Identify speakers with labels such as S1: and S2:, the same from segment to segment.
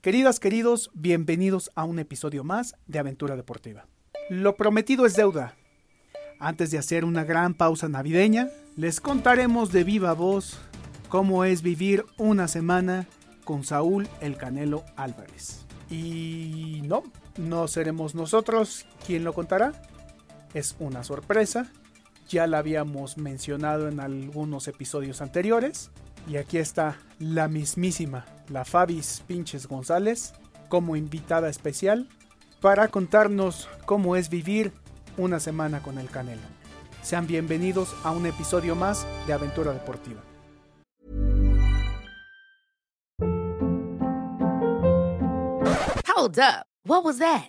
S1: Queridas, queridos, bienvenidos a un episodio más de Aventura Deportiva. Lo prometido es deuda. Antes de hacer una gran pausa navideña, les contaremos de viva voz cómo es vivir una semana con Saúl el Canelo Álvarez. Y no, no seremos nosotros quien lo contará. Es una sorpresa ya la habíamos mencionado en algunos episodios anteriores. Y aquí está la mismísima, la Fabis Pinches González, como invitada especial para contarnos cómo es vivir una semana con el Canelo. Sean bienvenidos a un episodio más de Aventura Deportiva.
S2: Hold up. What was that?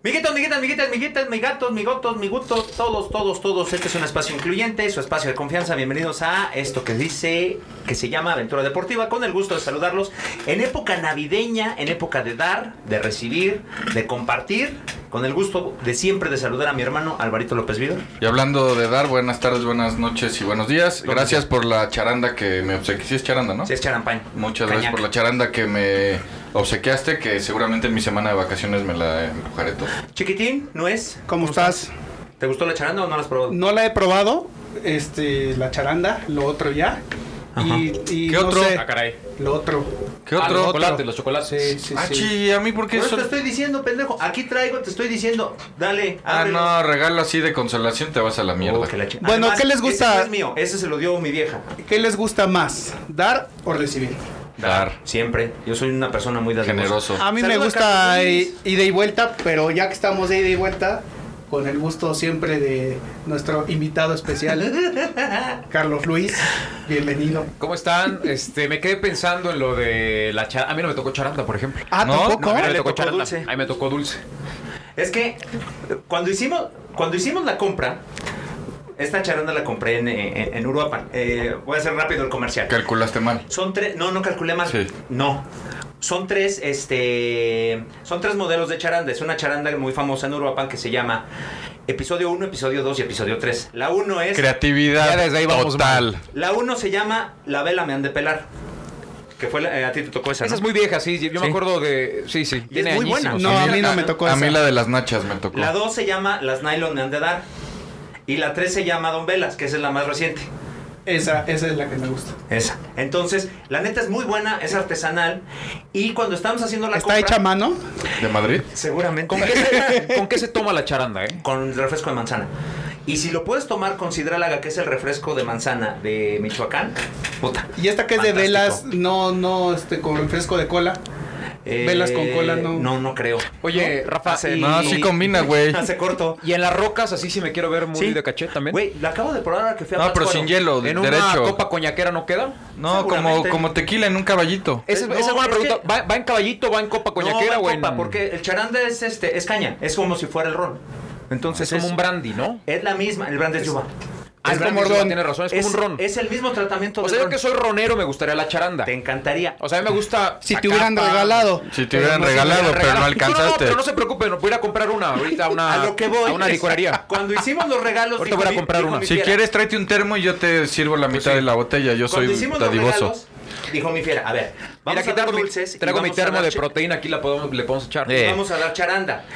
S3: Miguitos, miguitas, miguitas, miguitas, migatos, migotos, migutos, todos, todos, todos. Este es un espacio incluyente, su espacio de confianza. Bienvenidos a esto que dice, que se llama Aventura Deportiva. Con el gusto de saludarlos en época navideña, en época de dar, de recibir, de compartir. Con el gusto de siempre de saludar a mi hermano Alvarito López Vida.
S4: Y hablando de dar, buenas tardes, buenas noches y buenos días.
S3: López.
S4: Gracias por la charanda que me obsequiaste. Sí es charanda, ¿no?
S3: Si es charampaño.
S4: Muchas
S3: Cañac.
S4: gracias por la charanda que me obsequiaste, que seguramente en mi semana de vacaciones me la empujaré todo.
S3: Chiquitín, nuez.
S5: ¿Cómo estás?
S3: ¿Te gustó la charanda o no la has probado?
S5: No la he probado, este, la charanda, lo otro ya. Y, y
S4: ¿Qué
S5: no
S4: otro?
S5: sé,
S6: Ah, caray.
S5: lo otro.
S4: ¿Qué
S6: Ah, los
S4: otro?
S6: chocolates, los chocolates.
S5: Sí, sí,
S4: ah,
S5: sí.
S4: chi, ¿a mí por qué
S3: Por eso este,
S4: eso?
S3: te estoy diciendo, pendejo. Aquí traigo, te estoy diciendo. Dale,
S4: Ah,
S3: ábrelo.
S4: no, regalo así de consolación te vas a la mierda.
S3: Oh, que la chi-
S5: Bueno, ¿qué les gusta?
S3: Ese no es mío, ese se lo dio mi vieja.
S5: ¿Qué les gusta más, dar o recibir?
S4: Dar.
S3: Siempre. Yo soy una persona muy dadivosa.
S4: Generoso.
S1: Ah,
S5: A mí me
S3: Saluda,
S5: gusta
S3: Carlos
S5: eh,
S3: Luis.
S5: ida y vuelta, pero ya que estamos de ida y vuelta, con el gusto siempre de nuestro invitado especial, Carlos Luis, bienvenido.
S6: ¿Cómo están? Este, me quedé pensando en lo de la charanda. A mí no me tocó charanda, por ejemplo.
S5: Ah,
S4: No,
S5: ¿tampoco?
S6: No, a mí no
S3: Le
S6: me tocó,
S3: tocó
S6: charanda.
S3: dulce.
S6: A mí me tocó dulce.
S3: Es que eh, cuando hicimos, cuando hicimos la compra, esta charanda la compré en, eh, en Uruapan. Eh, voy a hacer rápido el comercial.
S4: Calculaste mal.
S3: Son tres, no, no calculé mal.
S4: Sí.
S3: No. Son tres, este, son tres modelos de charanda. Es una charanda muy famosa en Uruapan que se llama episodio 1, episodio 2 y episodio 3. La 1 es
S4: Creatividad
S6: Ya desde ahí vamos
S4: total.
S3: la 1 se llama La vela me han de pelar. Que fue la- eh, a ti te tocó esa,
S6: Esa
S3: ¿no?
S6: es muy vieja, sí. Yo me
S3: Sí.
S6: acuerdo de. Sí, sí.
S3: Y es muy buena.
S6: añísimos.
S5: No, a mí no me tocó
S4: A mí
S5: esa.
S4: la de las nachas me tocó.
S3: La 2 se llama Las nylon me han de dar. Y la 3 se llama Don Velas, que esa es la más reciente.
S5: Esa, esa es la que me gusta.
S3: Esa. Entonces, la neta es muy buena, es artesanal. Y cuando estamos haciendo la
S5: ¿Está
S3: compra-
S5: hecha a mano?
S4: ¿De Madrid?
S3: Seguramente.
S6: ¿Con qué, se, con qué se toma la charanda, eh?
S3: Con refresco de manzana. Y si lo puedes tomar con sidrálaga, que es el refresco de manzana de Michoacán. Puta.
S5: Y esta que es de
S3: fantástico.
S5: velas, no, no, este, con refresco de cola.
S3: Eh,
S5: velas con cola, no.
S3: No, no creo.
S6: Oye, Rafa,
S3: Hace-
S6: y,
S4: No, sí combina, güey.
S3: Hace corto.
S6: y en las rocas, así sí me quiero ver muy
S3: Sí.
S6: de caché también.
S3: Güey, la acabo de probar ahora que fui a
S4: No, pero
S3: Pátzcuaro.
S4: sin hielo,
S6: en una
S4: derecho.
S6: copa coñaquera no queda.
S4: No, como,
S3: Seguramente.
S4: como tequila en un caballito.
S6: Esa
S3: Eh, No,
S6: es, esa es buena
S3: es
S6: pregunta.
S3: que-
S6: ¿Va, va en caballito, va en copa coñaquera
S3: no, va
S6: o
S3: en
S6: en.?
S3: copa, porque el charanda es este, es caña, es como si fuera el ron.
S6: Es
S3: Entonces
S6: como un brandy, ¿no?
S3: es Eh, la misma, el brandy es yuba.
S6: Ah,
S5: es
S6: el
S5: como
S6: brandy,
S5: ron.
S6: Tienes razón, es como un ron.
S3: Es el mismo tratamiento
S6: O
S3: del
S6: sea, yo
S3: ron.
S6: que soy ronero me gustaría la charanda.
S3: Te encantaría.
S6: O sea, a mí me gusta.
S5: Si te
S6: sacar
S5: hubieran
S6: pa-
S5: regalado.
S4: Si te
S5: Pero
S4: hubieran
S5: no se
S4: regalado,
S6: Me
S4: pero no
S6: regalaron. No,
S4: alcanzaste.
S6: pero no se preocupen, voy a ir a comprar una ahorita a una,
S3: a lo que voy.
S6: a una
S3: es-
S6: licorería.
S3: Cuando hicimos los regalos. dijo
S6: Ahorita voy a
S3: mi-
S6: comprar
S3: dijo
S6: una.
S3: mi
S4: Si
S3: fiera,
S4: quieres, tráete un termo y yo te sirvo la mitad de la botella. Yo
S3: Pues Cuando
S4: soy
S3: hicimos los
S4: dadivoso.
S3: regalos, dijo mi fiera, a ver, vamos
S6: aquí
S3: a dar
S6: traigo mi-
S3: dulces. y
S6: Traigo mi
S3: vamos a
S6: termo
S3: dar
S6: de
S3: cha-
S6: proteína, aquí la podemos, le podemos echar.
S4: Eh,
S3: y Vamos a dar charanda.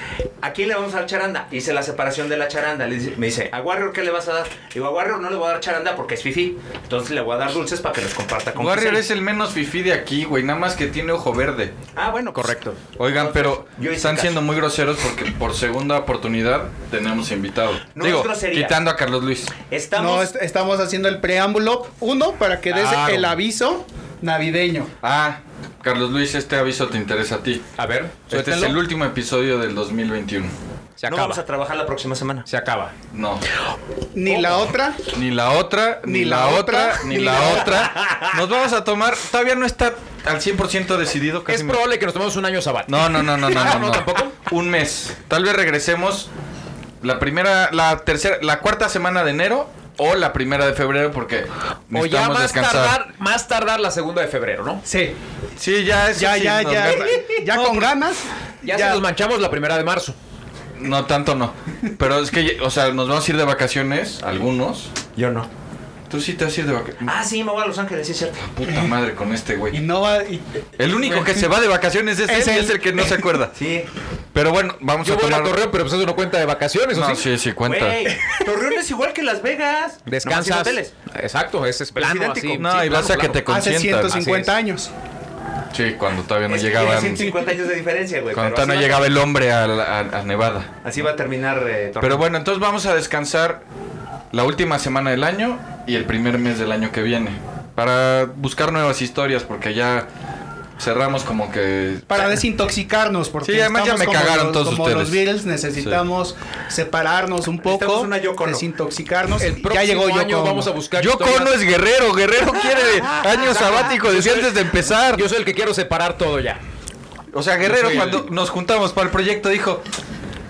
S3: ¿A quién le vamos a dar charanda? Hice la separación de la charanda. Le dice- me dice, ¿a Warrior qué le vas a dar? Digo, a Warrior no le voy a dar charanda porque es fifi. Entonces le voy a dar dulces para que los comparta con
S4: Warrior
S3: Giselle".
S4: es el menos fifí de aquí, güey. Nada más que tiene ojo verde.
S3: Ah, bueno. pues,
S6: Correcto.
S4: Oigan, pero
S3: Yo hice
S4: están
S3: caso.
S4: siendo muy groseros porque por segunda oportunidad tenemos invitado.
S3: No
S4: Digo,
S3: es grosería.
S4: quitando a Carlos Luis.
S3: Estamos.
S1: este
S5: No, est- estamos haciendo el preámbulo, uno, para que des
S4: Claro.
S5: el aviso navideño.
S4: Ah, Carlos Luis, este aviso te interesa a ti.
S6: A ver,
S4: Este
S6: suéltenlo.
S4: es el último episodio del 2021.
S6: Se
S3: no
S6: acaba.
S3: vamos a trabajar la próxima semana.
S6: Se acaba.
S4: No.
S5: Ni la
S3: Oh.
S5: otra.
S4: Ni la otra, ni, la otra, ni la otra. Nos vamos a tomar. Todavía no está al 100% decidido. Casi
S6: Es
S4: me-
S6: probable que nos tomemos un año sabat.
S4: No, no, no, no, no,
S6: Ah,
S4: no,
S6: no,
S4: no.
S6: tampoco.
S4: Un mes. Tal vez regresemos la primera, la tercera, la cuarta semana de enero o la primera de febrero porque
S6: O ya
S4: necesitamos
S6: más
S4: descansar.
S6: tardar, más tardar la segunda de febrero, ¿no?
S5: Sí.
S4: Sí, ya es.
S5: Ya,
S4: sí,
S5: ya,
S4: nos
S5: ya.
S4: gana.
S5: Ya con ganas.
S6: Ya, se nos manchamos la primera de marzo.
S4: No tanto no. Pero es que, o sea, nos vamos a ir de vacaciones algunos.
S3: Yo no.
S4: Tú sí te vas a ir de vacaciones.
S3: Ah, sí, me voy a Los Ángeles, sí, es cierto.
S4: Puta madre con este
S5: Y
S4: güey.
S5: no va. y-
S4: El único que se va de vacaciones es,
S5: Es
S4: él, y
S5: él.
S4: es el que no se acuerda.
S3: Sí.
S4: Pero bueno, vamos
S6: Yo
S4: a
S6: voy
S4: tomar.
S6: a Torreón, pero pues eso no cuenta de vacaciones, ¿o
S4: No,
S6: sí?
S4: sí, sí, cuenta.
S3: Güey, Torreón es igual que Las Vegas. Nomás sin
S6: Descansas.
S3: hoteles.
S6: Exacto, ese es plano
S3: Presidente
S6: así.
S3: con- Ah,
S4: No,
S6: sí,
S4: y
S6: plano,
S4: vas a que
S6: plano.
S4: te
S5: Hace
S4: consientan.
S5: 150
S6: así
S5: años.
S4: Sí, cuando todavía no
S3: Es que
S4: llegaban.
S3: tiene 150 años de diferencia, güey.
S4: Cuando
S3: pero
S4: todavía no
S3: así va-
S4: llegaba el hombre a, la- a- a Nevada.
S3: Así va a terminar eh, Torreón.
S4: Pero bueno, entonces vamos a descansar la última semana del año y el primer mes del año que viene. Para buscar nuevas historias, porque ya cerramos como que.
S5: Para desintoxicarnos, porque
S4: Sí, además ya
S5: estamos
S4: me
S5: como
S4: cagaron
S5: los-
S4: todos
S5: como
S4: ustedes.
S5: los Beatles necesitamos separarnos un poco,
S3: Necesitamos una Yoko Ono.
S5: desintoxicarnos.
S6: El próximo
S5: ya llegó yo
S6: año vamos a buscar Ah,
S4: Yo
S6: historias.
S4: Cono es guerrero, guerrero quiere año sabático desde antes de empezar.
S6: Yo soy el que quiero separar todo ya.
S4: O sea, Guerrero
S6: Sí.
S4: cuando nos juntamos para el proyecto dijo,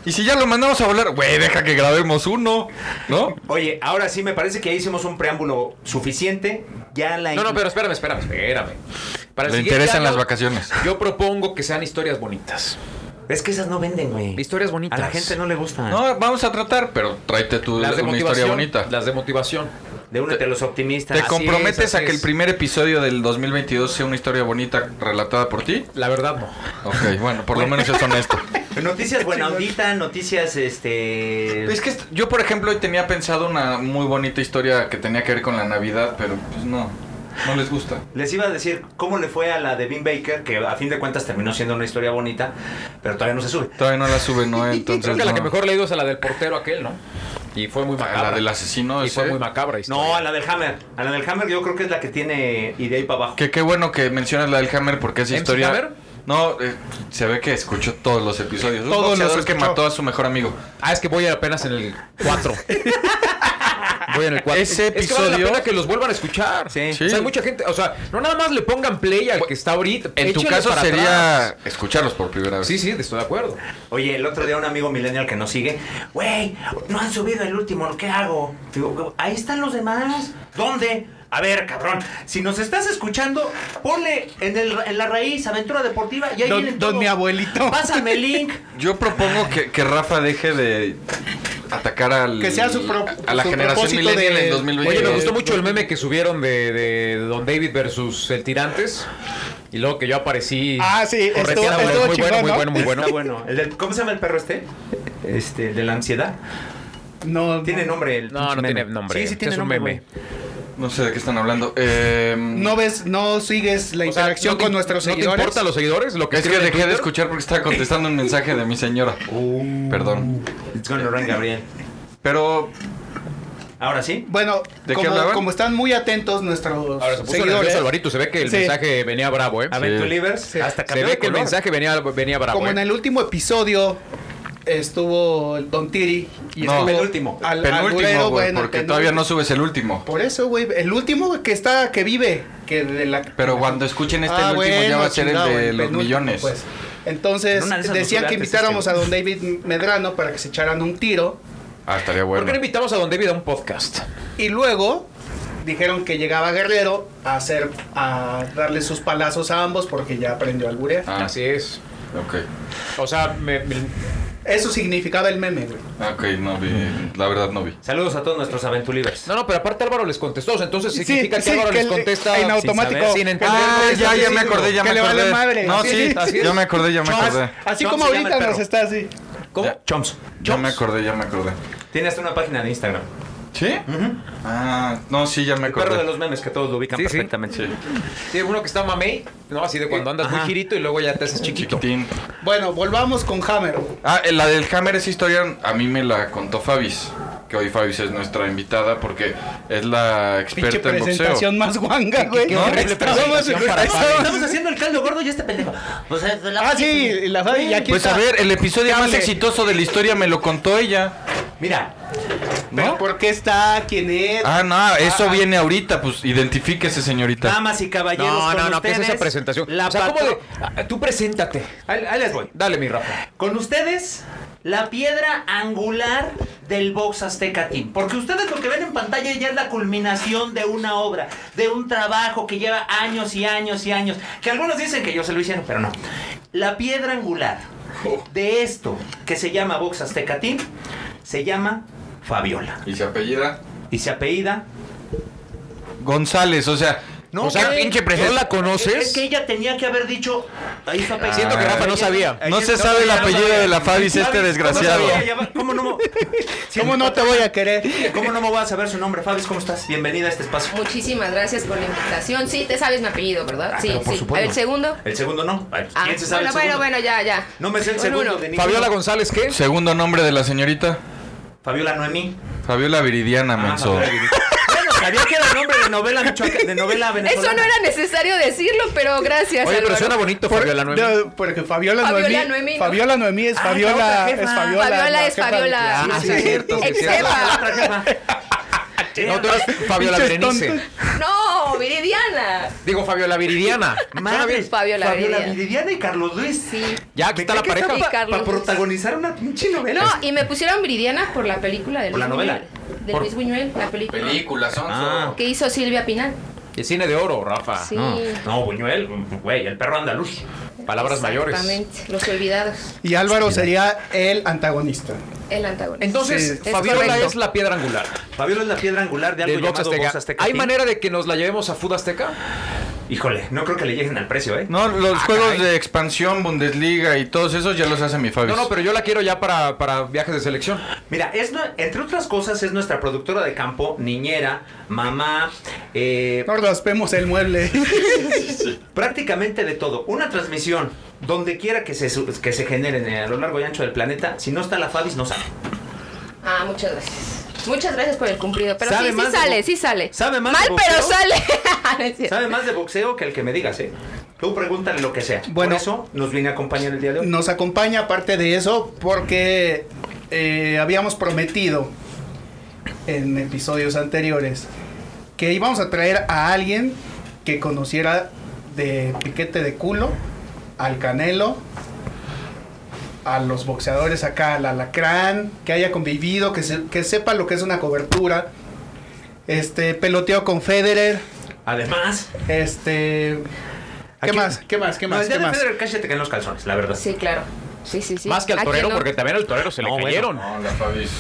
S4: ¿y si ya lo mandamos a volar? Güey, deja que grabemos uno, ¿no?
S3: Oye, ahora sí me parece que ya hicimos un preámbulo suficiente. Ya la
S6: No, no, pero espérame, espérame, espérame. Para el
S4: Le
S6: siguiente
S4: interesan
S6: año,
S4: las vacaciones.
S6: Yo propongo que sean historias bonitas.
S3: Es que esas no venden, güey.
S6: Historias bonitas.
S3: A la gente no le gusta.
S4: No, vamos a tratar, pero tráete tú
S6: Las de
S4: una historia
S6: motivación.
S4: bonita.
S6: Las de motivación.
S3: De únete a los optimistas.
S4: ¿Te
S6: Así
S4: comprometes
S6: es, así
S4: a que
S6: es.
S4: el primer episodio del 2022 sea una historia bonita relatada por ti?
S6: La verdad no.
S4: Ok, bueno, por lo menos es honesto.
S3: Noticias buena ondita, noticias este.
S4: Pues Es que est- yo, por ejemplo, hoy tenía pensado una muy bonita historia que tenía que ver con la Navidad, pero pues no, no les gusta.
S3: Les iba a decir cómo le fue a la de Bean Baker, que a fin de cuentas terminó siendo una historia bonita, pero todavía no se sube.
S4: Todavía no la sube, ¿no? Entonces,
S6: Creo que
S4: no.
S6: la
S4: Ah,
S6: que mejor leído es la del portero aquel, ¿no? Y fue muy macabra.
S4: la del asesino
S6: Y fue
S4: ese.
S6: muy macabra. historia.
S3: No, a la del Hammer. A la del Hammer yo creo que es la que tiene y de ahí para abajo.
S4: Que qué bueno que mencionas la del Hammer porque esa
S6: ¿MC
S4: historia.
S6: Hammer?
S4: No, eh, se ve que escuchó todos los episodios. Un
S5: Todos los
S4: boxeador que
S5: escuchó.
S4: mató a su mejor amigo.
S6: Ah, es que voy apenas en el 4. voy en el 4.
S4: Ese
S6: Es que vale la
S4: episodio-
S6: pena que los vuelvan a escuchar.
S3: Sí.
S4: Sí.
S6: O sea, hay mucha gente. O sea, no nada más le pongan play al que está ahorita.
S4: En tu
S6: échenle
S4: caso
S6: para
S4: sería
S6: atrás.
S4: escucharlos por primera vez.
S6: Sí, sí, estoy de acuerdo.
S3: Oye, el otro día un amigo millennial que nos sigue, güey, no han subido el último, ¿qué hago? Digo, ahí están los demás. ¿Dónde? A ver, cabrón, si nos estás escuchando, ponle en, el- en la raíz Aventura Deportiva y ahí
S5: Don-
S3: vienen
S5: don
S3: todos.
S5: mi abuelito.
S3: Pásame el link.
S4: Yo propongo que, que Rafa deje de atacar al.
S5: Que sea su pro-
S4: a la
S5: su
S4: generación
S5: propósito
S4: millennial
S5: de-
S4: en 2022.
S6: Oye, me
S5: Eh,
S6: gustó mucho el meme que subieron de, de Don David versus el Tirantes. Y luego que yo aparecí.
S5: Ah, sí, estuvo-
S6: correteado,
S5: estuvo
S6: muy
S5: chingón,
S6: bueno, muy
S5: ¿no?
S6: bueno, muy bueno.
S3: Está bueno. El del- ¿Cómo se llama el perro este? Este, el de la ansiedad.
S5: No,
S3: Tiene nombre el
S6: No,
S3: pinche
S6: no
S3: meme.
S6: tiene nombre.
S3: Sí, sí tiene
S6: es un
S3: nombre.
S6: meme.
S3: güey.
S4: No sé de qué están hablando. Eh,
S5: no ves, no sigues la
S6: O sea,
S5: interacción
S6: ¿no te-
S5: con nuestros
S6: ¿No te
S5: seguidores.
S6: importan los seguidores? Lo que
S4: Es que
S6: escriben en
S4: dejé de
S6: Twitter?
S4: escuchar porque estaba contestando un mensaje de mi señora.
S5: Uh.
S4: Perdón.
S3: Uh, It's gonna rain, Gabriel.
S4: Pero
S3: Ahora sí.
S5: bueno,
S4: ¿De qué
S5: como,
S4: hablaban?
S5: como están muy atentos nuestros
S6: Ahora se puso
S5: seguidores,
S6: nervioso Alvarito. Se ve que el
S5: Sí.
S6: mensaje venía bravo, ¿eh?
S3: A ver, tu Livers. Hasta
S6: Se
S3: cambió
S6: ve
S3: de
S6: que el
S3: color.
S6: mensaje venía, venía bravo.
S5: como en
S6: ¿eh?
S5: el último episodio estuvo el Don Tiri y
S4: No.
S5: estuvo
S3: Penúltimo.
S5: al- al
S4: penúltimo,
S5: burero,
S4: güey,
S5: bueno,
S4: porque todavía no
S5: penúltimo.
S4: subes el último.
S5: Por eso, güey, el último que está que vive, que de la
S4: Pero cuando escuchen este
S5: Ah,
S4: el último ya
S5: bueno,
S4: va a ser
S5: chingado,
S4: el de
S5: el
S4: los
S5: penúltimo,
S4: millones.
S5: pues. Entonces,
S3: En una de esas
S5: decían
S3: nos
S5: que
S3: sube antes,
S5: invitáramos
S3: este.
S5: a don David Medrano para que se echaran un tiro.
S4: Ah, estaría
S6: ¿Por
S4: bueno.
S6: qué no invitamos a Don David a un podcast?
S5: Y luego dijeron que llegaba Guerrero a hacer a darle sus palazos a ambos porque ya aprendió al
S4: Ah,
S6: Así es.
S4: ok.
S6: O sea, me, me-
S5: Eso significaba el meme, güey.
S6: Ah,
S4: Ok, no vi. La verdad no vi.
S3: Saludos a todos nuestros aventuribers.
S6: No, no, pero aparte Álvaro les contestó. o sea, Entonces significa
S5: sí,
S6: que Álvaro
S5: que
S6: les
S5: el-
S6: contesta
S5: en
S6: sin
S5: automático.
S6: saber, sin entender
S5: Ah,
S6: lo que está
S4: ya, ya me
S6: diciendo.
S4: acordé, ya
S5: Que
S4: me
S5: le
S4: acordé.
S5: vale madre.
S4: No,
S5: Así
S4: sí,
S5: es. Así es.
S4: ya me acordé, ya me acordé.
S3: Chomps se
S5: Así como
S3: llama el
S5: ahorita
S3: perro.
S5: nos está así.
S3: ¿Cómo?
S4: Ya.
S3: Chomps.
S4: Ya me acordé, ya me acordé.
S3: Tiene hasta una página de Instagram.
S4: ¿Sí? Ah, no, sí, ya me
S3: El perro de
S4: acordé.
S3: los memes que todos lo ubican
S6: Sí, sí.
S3: perfectamente.
S6: Sí, uno que está mamey, ¿no? Así de cuando andas muy
S3: Ajá.
S6: girito y luego ya te haces chiquito.
S4: Chiquitín.
S5: Bueno, volvamos con Hammer.
S4: Ah, eh, la del Hammer, esa historia a mí me la contó Fabis. Que hoy Fabis es nuestra invitada porque es la
S5: Pinche
S4: experta en boxeo.
S5: presentación más guanga, güey.
S4: qué horrible
S5: Estábamos- estábamos-
S3: Estamos haciendo el caldo gordo y este pendejo. O sea, de la-
S5: Ah, sí, y la Fabi, y aquí
S4: Pues
S5: está.
S4: a ver, el episodio más
S5: Cable.
S4: exitoso de la historia me lo contó ella.
S3: Mira,
S5: Pero
S4: ¿No?
S5: ¿por qué está? ¿Quién es?
S4: Ah, no, eso viene ahorita, pues identifíquese, señorita.
S3: damas y caballeros.
S6: No,
S3: con
S6: no, no, ¿qué es esa
S3: ustedes,
S6: presentación?
S3: La
S6: o sea, ¿cómo de,
S3: patro-
S6: ah, tú preséntate.
S3: Ahí- ahí les voy.
S6: Dale, mi Rafa.
S3: Con ustedes, la piedra angular del box Azteca Team. Porque ustedes lo que ven en pantalla ya es la culminación de una obra, de un trabajo que lleva años y años y años. Que algunos dicen que yo se lo hicieron, pero no. La piedra angular de esto que se llama box Azteca Team se llama Fabiola.
S4: ¿Y se apellida?
S3: Y se apellida.
S4: González, o sea.
S6: No, ¿qué? ¿No la conoces?
S3: Es que ella tenía que haber dicho. Ahí su apellido.
S6: Siento que Rafa no
S3: Ella-
S6: sabía.
S4: No
S3: ella-
S4: se sabe el
S3: ella no
S4: apellido
S3: sabía.
S4: de la Fabis, este
S3: no
S4: desgraciado.
S3: sabía, ya va- ¿Cómo no?
S5: ¿Cómo no te voy a querer?
S3: ¿Cómo no me voy a saber su nombre? Fabis, ¿cómo estás? Bienvenida a este espacio.
S7: Muchísimas gracias por la invitación. Sí, te sabes mi apellido, ¿verdad?
S3: Ah,
S7: sí,
S3: pero por
S7: sí.
S3: supuesto.
S7: ¿El segundo?
S3: El segundo no. Ay, pues, ¿Quién
S7: Ah,
S3: se sabe
S7: bueno,
S3: el
S7: bueno,
S3: segundo?
S7: bueno, ya, ya.
S3: No me sé el
S7: Un
S3: segundo
S7: uno.
S3: de ninguno.
S6: Fabiola González, ¿qué?
S4: Segundo nombre de la señorita.
S3: Fabiola Noemí.
S4: Fabiola Viridiana,
S3: Ah,
S4: menso.
S3: Fabiola Viri- bueno, sabía que era el nombre de novela michoaca- de novela venezolana.
S7: Eso no era necesario decirlo, pero gracias.
S6: Oye, pero
S7: Álvaro.
S6: suena bonito Fabiola Noemí.
S5: No, porque Fabiola,
S7: Fabiola
S5: Noemí,
S7: Noemí, ¿no?
S5: Fabiola Noemí es
S3: Ah, la
S5: Fabiola.
S3: otra
S5: Es
S3: jefa.
S5: Fabiola,
S7: Fabiola
S5: la
S7: es
S5: jefa de
S7: Fabiola.
S5: clase.
S4: Ah, sí, es cierto, sí, es
S7: Ex
S4: cierto.
S3: La
S7: jefa.
S3: otra jefa.
S6: No, tú eres Fabiola
S5: Pinches
S6: Berenice.
S5: tontos.
S7: No, Viridiana.
S6: Digo, Fabiola Viridiana.
S3: Madre,
S7: Fabiola
S3: Fabiola
S7: Viridiana.
S3: Viridiana y Carlos Luis.
S7: Sí.
S6: Ya, aquí está la pareja.
S7: Y Carlos
S3: Para
S7: Luis.
S3: protagonizar una pinche novela.
S7: No, y me pusieron Viridiana por la película de
S3: Por la
S7: Luis
S3: novela.
S7: Buñuel. De
S3: Por-
S7: Luis Buñuel, la película.
S4: son.
S3: Ah.
S7: Que hizo Silvia Pinal.
S6: El cine de oro, Rafa.
S7: Sí.
S6: Ah, No.
S3: No, Buñuel, güey, el perro andaluz.
S6: Palabras mayores.
S7: Exactamente. Los olvidados.
S5: Y Álvaro sería el antagonista.
S7: El antagonista.
S6: Entonces,
S7: Sí, es
S6: Fabiola
S7: correcto.
S6: es la piedra angular
S3: Fabiola es la piedra angular de algo
S6: del Box
S3: llamado
S6: Azteca.
S3: Box Azteca.
S6: ¿Hay
S3: Team.
S6: manera de que nos la llevemos a Food Azteca?
S3: Híjole, no creo que le lleguen al precio, ¿eh?
S4: No, los juegos
S6: Ah, caray.
S4: de expansión, Bundesliga y todos esos ya los hace mi
S3: Pues
S4: Fabis.
S6: No, no, pero yo la quiero ya para, para viajes de selección.
S3: Mira, es, nue- entre otras cosas, es nuestra productora de campo, niñera, mamá, eh,
S5: No raspemos el mueble.
S3: prácticamente de todo. Una transmisión, donde quiera que se, su- que se generen eh, a lo largo y ancho del planeta, si no está la Fabis, no sale.
S7: Ah, muchas gracias. Muchas gracias por el cumplido. Pero
S3: Sabe
S7: sí, sí
S3: más de
S7: sale,
S3: bo-
S7: sí sale.
S3: sabe más
S7: Mal,
S3: de boxeo.
S7: pero sale. Sí.
S3: Sabe más de boxeo que el que me digas, ¿eh? Tú pregúntale lo que sea.
S5: Bueno.
S3: Por eso nos viene a acompañar el día de hoy.
S5: Nos acompaña aparte de eso porque eh, habíamos prometido en episodios anteriores que íbamos a traer a alguien que conociera de piquete de culo, al canelo, a los boxeadores acá, al alacrán, que haya convivido, que, se- que sepa lo que es una cobertura. Este, peloteo con Federer,
S3: Además,
S5: este... ¿Qué
S3: Aquí-
S5: más? ¿Qué más? ¿Qué
S3: no,
S5: más?
S3: el día
S5: ¿Qué
S3: de
S5: más?
S3: Federer, cállate que en los calzones, la verdad.
S7: Sí, claro. Sí, sí, sí.
S6: Más que al
S7: ¿A quién
S6: torero,
S7: no?
S6: porque también al torero se le
S3: No, bueno.
S6: cayeron.
S4: No, la Fabis.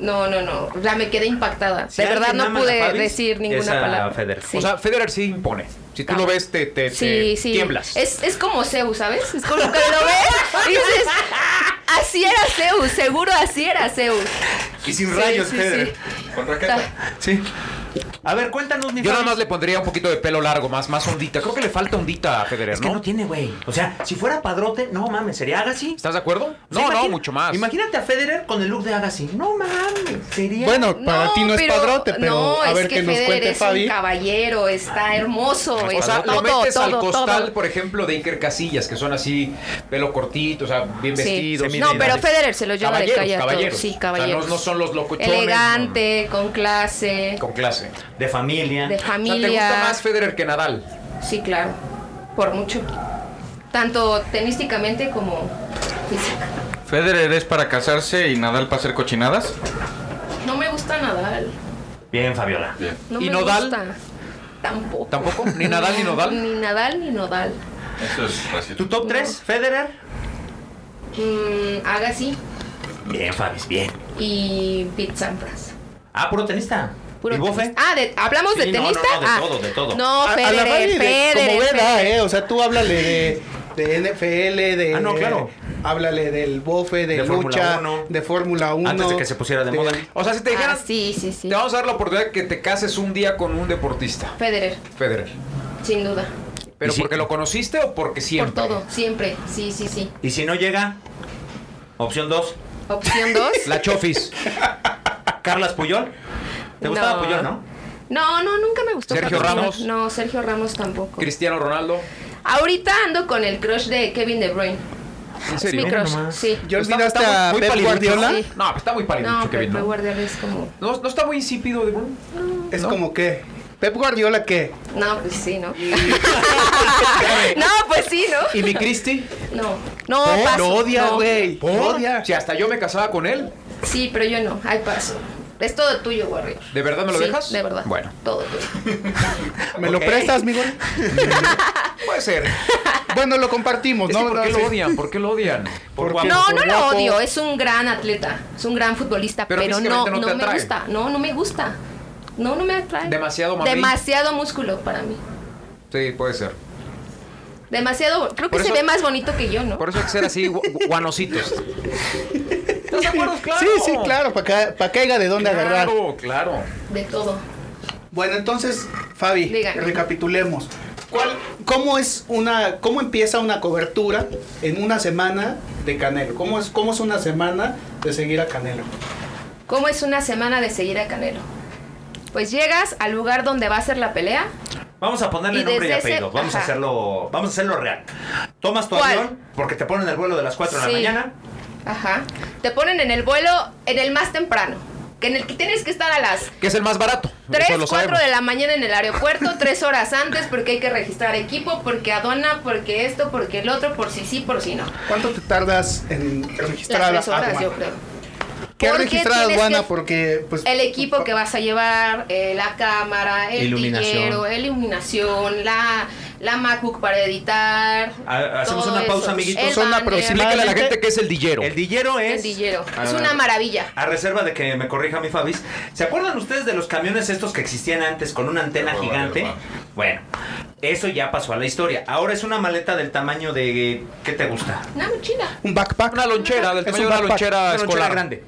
S7: No, no, no. O sea, me quedé impactada.
S3: Si
S7: de
S3: alguien
S7: verdad
S3: ama
S7: no
S3: a
S7: pude
S3: Fabis,
S7: decir
S3: es a
S7: ninguna palabra.
S3: Federer.
S7: Sí.
S6: O sea, Federer sí impone. Si tú lo ves, te, te,
S7: sí,
S6: te
S7: sí.
S6: tiemblas.
S7: Es, es como Zeus, ¿sabes? Es como que lo ves y dices, así era Zeus, seguro así era Zeus.
S3: Y sin
S7: Sí,
S3: rayos,
S7: sí,
S3: Federer.
S4: Con
S7: Ta-
S3: Sí. A ver, cuéntanos, mi
S6: Yo nada
S3: Fabis.
S6: más le pondría un poquito de pelo largo, más, más ondita. Creo que le falta ondita a Federer,
S3: Es que
S6: ¿no?
S3: no tiene, güey. O sea, si fuera padrote, no mames, sería Agassi.
S6: ¿Estás de acuerdo?
S3: O sea,
S6: No, no,
S3: imagina-
S6: mucho más.
S3: Imagínate a Federer con el look de Agassi. No mames, sería.
S5: Bueno, para ti no es
S7: pero-
S5: padrote, pero
S7: no,
S5: a
S7: es
S5: ver
S7: que
S5: qué nos
S7: Federer
S5: cuente
S7: es
S5: Fabi.
S7: un caballero, está hermoso.
S6: O sea,
S7: está
S6: lo
S7: todo,
S6: metes al
S7: todo,
S6: costal,
S7: todo.
S6: por ejemplo, de Iker Casillas, que son así, pelo cortito, o sea, bien
S7: Sí.
S6: vestidos.
S7: No, pero Federer se lo lleva de
S6: Caballeros,
S7: calle a todos.
S6: caballeros.
S7: Sí,
S6: O
S7: caballeros.
S6: sea, no, no son los locochones.
S7: Elegante, con clase,
S6: no, Con clase.
S3: De familia.
S7: de
S6: O sea,
S7: familia.
S6: te gusta más Federer que Nadal.
S7: Sí, claro. Por mucho. Tanto tenísticamente como física.
S4: Federer es para casarse y Nadal para hacer cochinadas.
S7: No me gusta Nadal.
S3: Bien, Fabiola.
S4: Bien.
S7: No
S6: ¿Y
S7: me
S6: Nodal?
S7: gusta. Tampoco.
S6: ¿Tampoco? ¿Ni Nadal ni Nodal?
S7: Ni Nadal ni Nodal.
S4: Eso es fácil.
S3: ¿Tu top 3? Federer.
S7: Mm, Agassi,
S3: Bien, Fabis, bien.
S7: Y Pete Sampras.
S3: Ah, puro tenista.
S7: Puro
S3: ¿Y bufe?
S7: tenis- Ah, de- ¿hablamos
S3: Sí, no,
S7: de
S3: no,
S7: tenista?
S3: no, de
S7: Ah.
S3: todo, de todo.
S7: No,
S5: A- a la
S7: Federer,
S5: Valle de-
S7: Federer,
S5: Como verá,
S7: Federer.
S5: ¿eh? O sea, tú háblale de, de NFL, de.
S3: Ah, no, claro.
S5: Háblale del bofe, de,
S3: De Fórmula
S5: lucha,
S3: Uno.
S5: de Fórmula 1.
S3: Antes de que se pusiera de moda.
S6: O sea, si te dijeran,
S7: Ah, sí, sí, sí.
S6: te vamos a dar la oportunidad que te cases un día con un deportista,
S7: Federer,
S6: Federer.
S7: sin duda.
S6: ¿Pero
S3: ¿Y si-
S6: porque lo conociste o porque siempre?
S7: Por todo, siempre. Sí, sí, sí.
S3: ¿Y si no llega? Opción 2.
S7: Opción 2.
S6: La Chofis,
S3: Carlas Puyol. ¿Te gustaba Puyol, no?
S7: No, no, nunca me gustó.
S6: Sergio
S7: Puyol.
S6: Ramos.
S7: No, Sergio Ramos tampoco.
S6: Cristiano Ronaldo.
S7: Ahorita ando con el crush de Kevin De Bruyne.
S6: ¿En
S7: Es mi
S6: serio?
S7: crush,
S3: nomás.
S7: sí.
S5: ¿Yo
S6: Está-
S5: olvidaste
S6: está
S5: a
S6: muy
S5: Pep
S6: paliducho,
S5: Guardiola?
S6: ¿no? No, pero está muy pálido,
S7: No, pero
S6: Kevin,
S7: Pep
S6: ¿no?
S7: Guardiola es como...
S6: ¿no? no está muy insípido, de Bruyne?
S5: Es
S6: ¿No?
S5: como que. ¿Pep Guardiola qué?
S7: No, pues sí, ¿no? no, pues sí, ¿no?
S5: ¿Y mi Cristi?
S7: No, no,
S5: ¿Por?
S7: paso.
S5: Lo odia,
S7: no.
S5: güey. Lo odia.
S6: Si hasta yo me casaba con él,
S7: Sí, pero yo no. Ay, paso. Es todo tuyo, Warrior.
S6: ¿de verdad me lo
S7: Sí,
S6: dejas?
S7: De verdad.
S6: Bueno,
S7: Todo tuyo.
S5: ¿Me lo
S3: Ok.
S5: prestas, mi güey?
S6: puede ser.
S5: Bueno, lo compartimos,
S6: Es
S5: ¿no?
S6: que ¿Por
S5: No,
S6: qué
S5: sí.
S6: lo odian? ¿Por qué lo odian?
S3: Por
S5: Porque-
S3: guapo.
S7: No, no lo
S5: guapo.
S7: odio. Es un gran atleta. Es un gran futbolista.
S6: Pero
S7: Pero, no,
S6: físicamente no
S7: no,
S6: te
S7: me
S6: atrae.
S7: gusta. No, no me gusta. No, no me atrae.
S6: Demasiado mamey.
S7: Demasiado músculo para mí.
S6: Sí, puede ser.
S7: Demasiado. Creo que
S6: Por
S7: se
S6: eso-
S7: ve más bonito que yo, ¿no?
S6: Por eso hay que ser así, gu- gu- guanositos. ¿Estás de acuerdo? Claro.
S5: Sí, sí, claro, para que, pa' que haya de dónde agarrar.
S6: Claro, claro.
S7: De todo.
S5: Bueno, entonces, Fabi,
S7: Dígame.
S5: recapitulemos. ¿Cuál, cómo, es una, ¿Cómo empieza una cobertura en una semana de Canelo? ¿Cómo es, cómo es una semana de seguir a Canelo?
S7: ¿Cómo es una semana de seguir a Canelo? Pues llegas al lugar donde va a ser la pelea.
S3: Vamos a ponerle
S7: Y
S3: nombre y
S7: desde ese-
S3: apellido. Vamos a
S7: ajá.
S3: hacerlo. Vamos a hacerlo real. Tomas tu
S7: ¿Cuál?
S3: avión porque te ponen el vuelo de las 4 de la
S7: Sí.
S3: mañana.
S7: Ajá. Te ponen en el vuelo, en el más temprano. Que en el que tienes que estar a las
S6: Que es el más barato.
S7: 3,
S6: eso lo
S7: 4
S6: sabemos.
S7: de la mañana en el aeropuerto, 3 horas antes, porque hay que registrar equipo, porque aduana, porque esto, porque el otro, por si sí, por si no.
S5: ¿Cuánto te tardas en
S7: Las
S5: registrar
S7: 3
S5: a ah,
S7: horas,
S5: aduana?
S7: yo creo.
S5: ¿Qué
S7: Porque
S5: registrar a
S7: tienes
S5: aduana?
S7: que-
S5: Porque, pues...
S7: El equipo que vas a llevar, eh, la cámara, el
S3: Iluminación.
S7: tintero, la iluminación, la, la MacBook para editar.
S3: Ah, hacemos
S7: todo
S3: una pausa,
S7: eso.
S3: amiguitos.
S7: El
S5: Son
S7: banner.
S5: aproximadamente-
S6: Explícale a la gente que es el dillero.
S3: El dillero es.
S7: El dillero.
S3: Ah,
S7: Es una maravilla.
S3: A reserva de que me corrija mi Fabis, ¿se acuerdan ustedes de los camiones estos que existían antes con una antena
S4: Hueva de
S3: gigante?
S4: verdad.
S3: Bueno, eso ya pasó a la historia. Ahora es una maleta del tamaño de... ¿Qué te gusta?
S7: Una mochila.
S5: Un backpack.
S6: Una lonchera, del
S5: Es
S6: tamaño
S5: un
S6: de una
S5: backpack,
S6: lonchera
S3: Una lonchera
S6: Ah, escolar. Mm.
S3: grande.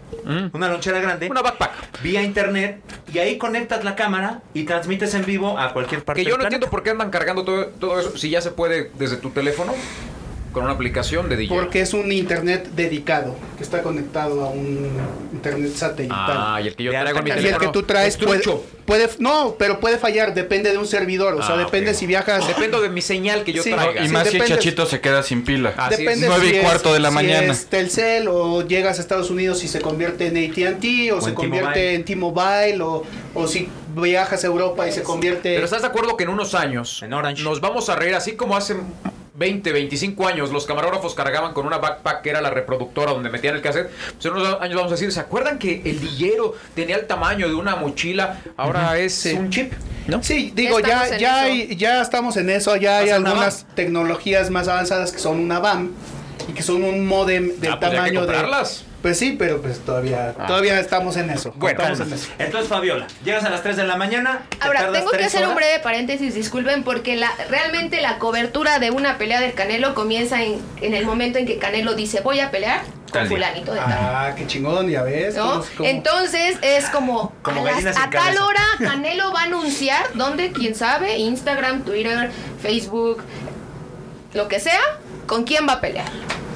S3: Una lonchera grande.
S6: Una backpack.
S3: Vía internet. Y ahí conectas la cámara y transmites en vivo a cualquier parte
S6: Que yo
S3: del
S6: no entiendo
S3: planeta.
S6: por qué andan cargando todo, todo eso si ya se puede desde tu teléfono con una aplicación de dillero.
S5: Porque es un internet dedicado, que está conectado a un internet satelital.
S6: Ah, y el que yo
S3: De
S6: traigo en mi
S3: alta
S5: Y el
S6: teléfono.
S5: que tú traes
S6: es
S5: puede,
S6: trucho.
S5: puede- no, pero puede fallar, depende de un servidor, o sea,
S6: Ah,
S5: depende
S6: ok.
S5: si viajas,
S6: Dependo de mi señal que yo
S5: Sí,
S6: traiga.
S4: Y
S5: Sí,
S4: más si
S5: depende-
S4: Chachito se queda sin pila.
S6: Ah, Así es.
S5: depende
S4: Nueve y cuarto de la
S5: si
S4: mañana.
S5: es Telcel o llegas a Estados Unidos y se convierte en AT&T o,
S3: O
S5: se
S3: en
S5: convierte
S3: T-Mobile.
S5: en T-Mobile o, o si viajas a Europa y
S7: Pues,
S5: se convierte
S6: Pero estás de acuerdo que en unos años
S3: En Orange.
S6: nos vamos a reír así como hace 20, 25 años los camarógrafos cargaban con una backpack que era la reproductora donde metían el cassette. Pues en unos años vamos a decir, ¿se acuerdan que el dillero tenía el tamaño de una mochila? Ahora es
S5: Sí.
S6: un chip, ¿no?
S5: Sí, digo,
S7: Ya
S5: ya
S7: estamos en
S5: ya
S7: eso.
S5: hay- ya estamos en eso, ya hay
S6: Vas a una
S5: algunas tecnologías más avanzadas que son una BAM y que son un modem del
S6: Ah, pues ya hay que
S5: tamaño de
S6: comprarlas. Ah.
S5: Pues sí, pero pues todavía todavía estamos en eso.
S6: Bueno,
S5: estamos en
S6: calma.
S5: eso.
S3: Entonces, Fabiola, llegas a las 3 de la mañana. te
S7: Ahora,
S3: tardas
S7: tengo que
S3: tres
S7: hacer un
S3: horas.
S7: breve paréntesis, disculpen, porque la, realmente la cobertura de una pelea del Canelo comienza en, en el momento en que Canelo dice voy a pelear
S3: Tal día.
S7: con fulanito de tal.
S5: Ah, qué chingón, ya ves.
S7: ¿no?
S5: cómo- cómo-
S7: Entonces es como,
S3: pues, Como
S7: a,
S3: gallina sin
S7: a tal
S3: cabeza.
S7: hora Canelo va a anunciar dónde, quién sabe, Instagram, Twitter, Facebook, lo que sea, con quién va a pelear.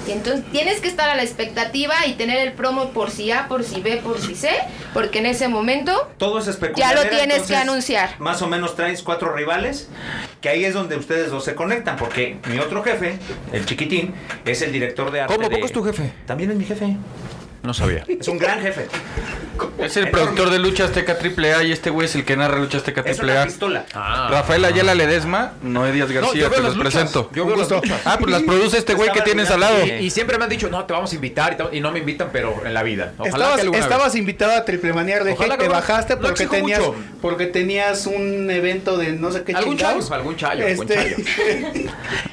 S7: Y entonces tienes que estar a la expectativa y tener el promo por si A, por si B, por si C, porque en ese momento
S3: Todo es especulativo.
S7: Ya lo tienes que anunciar.
S3: Más o menos traes cuatro rivales, que ahí es donde ustedes dos se conectan, porque mi otro jefe, el chiquitín, es el director de arte.
S6: ¿Cómo?
S3: de-
S6: ¿Poco es tu jefe?
S3: También es mi jefe.
S6: No sabía.
S3: Es un gran jefe.
S4: Es el productor de Lucha Azteca AAA y este güey es el que narra Lucha Azteca
S3: Es una
S4: AAA.
S3: pistola.
S6: Ah.
S4: Rafael Ayala Ledesma, no Díaz García, te los
S6: luchas,
S4: presento.
S6: Yo veo las luchas.
S4: Ah, pues las produce este güey que
S3: Estaba
S4: tienes al
S3: arruinando
S4: lado.
S6: Y, y siempre me han dicho, no, te vamos a invitar y, tal", y no me invitan, pero en la vida. Ojalá
S5: Estabas,
S6: que alguna vez.
S5: estabas invitado a Triple Manía de
S6: Ojalá que
S5: te
S6: no-
S5: bajaste
S6: no
S5: porque
S6: exijo
S5: tenías
S6: mucho.
S5: porque tenías un evento de no sé qué
S6: Algún
S5: chingados. Este,
S6: chayo, algún chayo, algún chayo.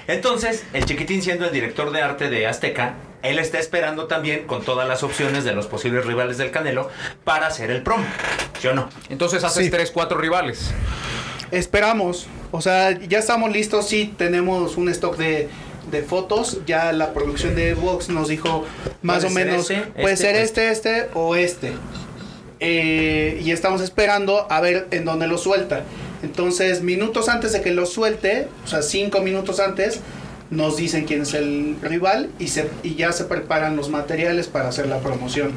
S3: Entonces, el chiquitín siendo el director de arte de Azteca, él está esperando también con todas las opciones de los posibles rivales del Canelo para hacer el prom. Yo no.
S6: Entonces haces
S5: Sí.
S6: tres, cuatro rivales.
S5: Esperamos. O sea, ya estamos listos. Sí, tenemos un stock de, de fotos. Ya la producción de Vox nos dijo más
S3: Puede
S5: o
S3: ser
S5: menos:
S3: este,
S5: puede
S3: este,
S5: ser
S3: o
S5: este, este o este. Eh, y estamos esperando a ver en dónde lo suelta. Entonces, minutos antes de que lo suelte, o sea, cinco minutos antes, nos dicen quién es el rival y, se, y ya se preparan los materiales para hacer la promoción.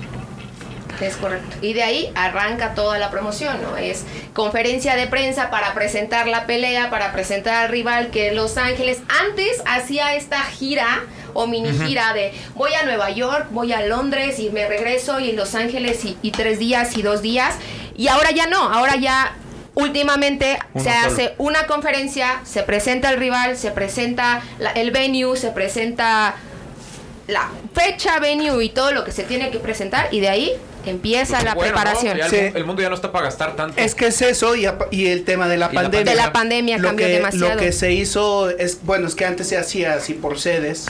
S7: Es correcto. Y de ahí arranca toda la promoción, ¿no? Es conferencia de prensa para presentar la pelea, para presentar al rival que Los Ángeles antes hacía esta gira o mini gira de voy a Nueva York, voy a Londres y me regreso y Los Ángeles y, y tres días y dos días. Y ahora ya no, ahora ya últimamente
S3: Uno
S7: se
S3: solo.
S7: hace una conferencia, se presenta el rival, se presenta la- el venue, se presenta la fecha, venue y todo lo que se tiene que presentar y de ahí empieza la
S6: Bueno, ¿no?
S7: preparación.
S6: Ya el,
S5: Sí.
S6: mu- el mundo ya no está para gastar tanto.
S5: Es que es eso y, apa- y el tema de la
S6: Y la
S5: pandemia.
S7: De la pandemia
S5: lo
S7: cambió
S5: que,
S7: demasiado.
S5: Lo que se hizo es, bueno, es que antes se hacía así por sedes,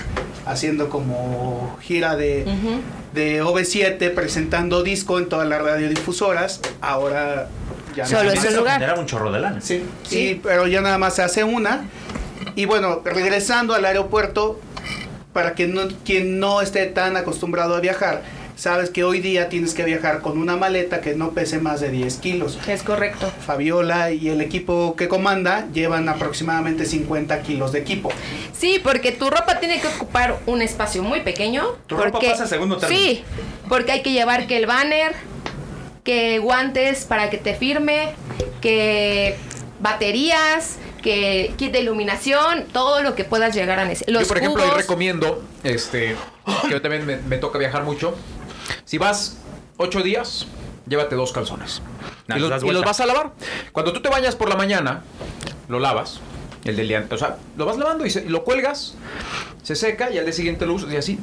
S5: haciendo como gira de,
S7: Ujú.
S5: de OV7, presentando disco en todas las radiodifusoras. Ahora ya no.
S7: Solo es
S3: Además,
S7: un
S3: eso
S7: lugar.
S3: genera un chorro de lana.
S5: Sí,
S7: Sí.
S5: sí, pero ya nada más se hace una. Y bueno, regresando al aeropuerto, para que no, quien no esté tan acostumbrado a viajar, sabes que hoy día tienes que viajar con una maleta que no pese más de 10 kilos.
S7: Es correcto.
S5: Fabiola y el equipo que comanda llevan aproximadamente 50 kilos de equipo.
S7: Sí, porque tu ropa tiene que ocupar un espacio muy pequeño.
S3: Tu ropa
S7: porque-
S3: pasa a segundo término.
S7: Sí, porque hay que llevar que el banner, que guantes para que te firme, que baterías, que kit de iluminación, todo lo que puedas llegar a necesitar. Los
S6: yo, por ejemplo, ahí
S7: cubos,
S6: recomiendo, este, que yo también me, me toca viajar mucho. Si vas ocho días, llévate dos calzones.
S3: Nah,
S6: y,
S3: les das
S6: los, y
S3: vuelta.
S6: los vas a lavar. Cuando tú te bañas por la mañana, lo lavas. El del día, ante- o sea, lo vas lavando y, se- y lo cuelgas, se seca y al día siguiente lo usas y así.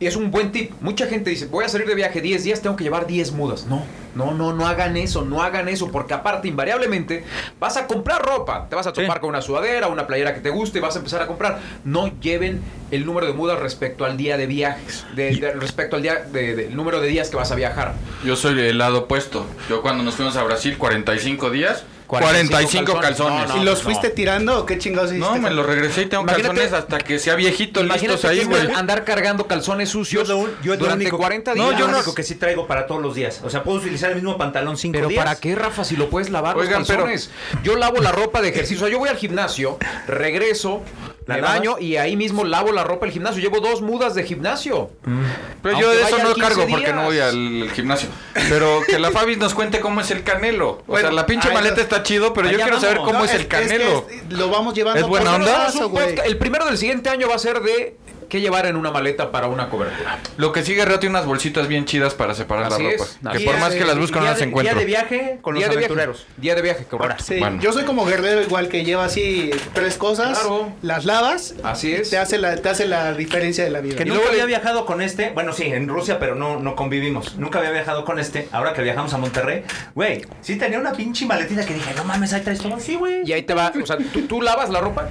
S6: Y es un buen tip. Mucha gente dice, voy a salir de viaje 10 días, tengo que llevar 10 mudas. No, no, no, no hagan eso, no hagan eso, porque aparte, invariablemente, vas a comprar ropa. Te vas a topar con una sudadera, una playera que te guste, vas a empezar a comprar. No lleven el número de mudas respecto al día de viajes, de- de- respecto al día de- del número de días que vas a viajar.
S4: Yo soy el lado opuesto. Yo cuando nos fuimos a Brasil, 45 días,
S6: 45
S4: 45,
S6: calzones.
S4: calzones.
S6: No,
S5: ¿Y
S6: no,
S5: los
S6: no.
S5: fuiste tirando o qué chingados hiciste?
S4: No, me los regresé y tengo
S6: Imagínate-
S4: calzones hasta que sea viejito listos
S6: Imagínate
S4: ahí,
S6: que
S4: güey.
S6: andar cargando calzones sucios
S3: lo un- yo es lo
S6: durante
S3: único-
S6: 40 días.
S3: No, yo lo único que sí traigo para todos los días. O sea, puedo utilizar el mismo pantalón cinco
S6: Pero
S3: días.
S6: ¿para qué, Rafa, si lo puedes lavar
S4: Oigan,
S6: los
S4: pero-
S6: calzones? Yo lavo la ropa de ejercicio. O sea, yo voy al gimnasio, regreso,
S3: ¿La
S6: me
S3: lavas?
S6: baño y ahí mismo lavo la ropa del gimnasio. Llevo dos mudas de gimnasio.
S4: Mm. Pero
S6: Aunque
S4: yo de eso
S6: vayan
S4: no
S6: 15
S4: cargo porque
S6: días.
S4: no voy al, al gimnasio. Pero que la Fabis nos cuente cómo es el canelo. O
S5: Bueno,
S4: sea, la pinche
S5: ahí
S4: maleta
S5: nos-
S4: está chido, pero yo
S3: allá
S4: quiero saber
S3: vamos.
S4: cómo
S5: No,
S4: es el canelo.
S5: que es- lo vamos
S3: Ah,
S5: llevando
S4: ¿Es buena
S5: por
S3: pues,
S4: onda?
S5: pedazo,
S6: Un
S5: güey.
S6: podcast- El primero del siguiente año va a ser de qué llevar en una maleta para una cobertura.
S4: Lo que sigue rato tiene unas bolsitas bien chidas para separar
S6: Así
S4: la ropa.
S6: es.
S4: Que
S6: Así
S4: por
S6: es.
S4: más que las busco no
S3: Día
S4: las
S3: de-
S4: encuentro.
S3: Día de viaje con los
S6: de viaje.
S3: aventureros.
S6: Día de viaje, correcto.
S5: Sí,
S4: Bueno.
S5: Yo soy como guerrero igual que lleva así tres cosas,
S6: Claro.
S5: las lavas,
S6: Así es.
S5: te hace la te hace la diferencia de la vida.
S3: Que
S6: Y
S3: nunca
S6: luego le-
S3: había viajado con este. Bueno, sí, en Rusia, pero no, no convivimos. Nunca había viajado con este. Ahora que viajamos a Monterrey, güey, sí tenía una pinche maletita que dije, no mames, ahí traes todo. Sí, güey.
S6: Y ahí te va, o sea, tú, tú lavas la ropa,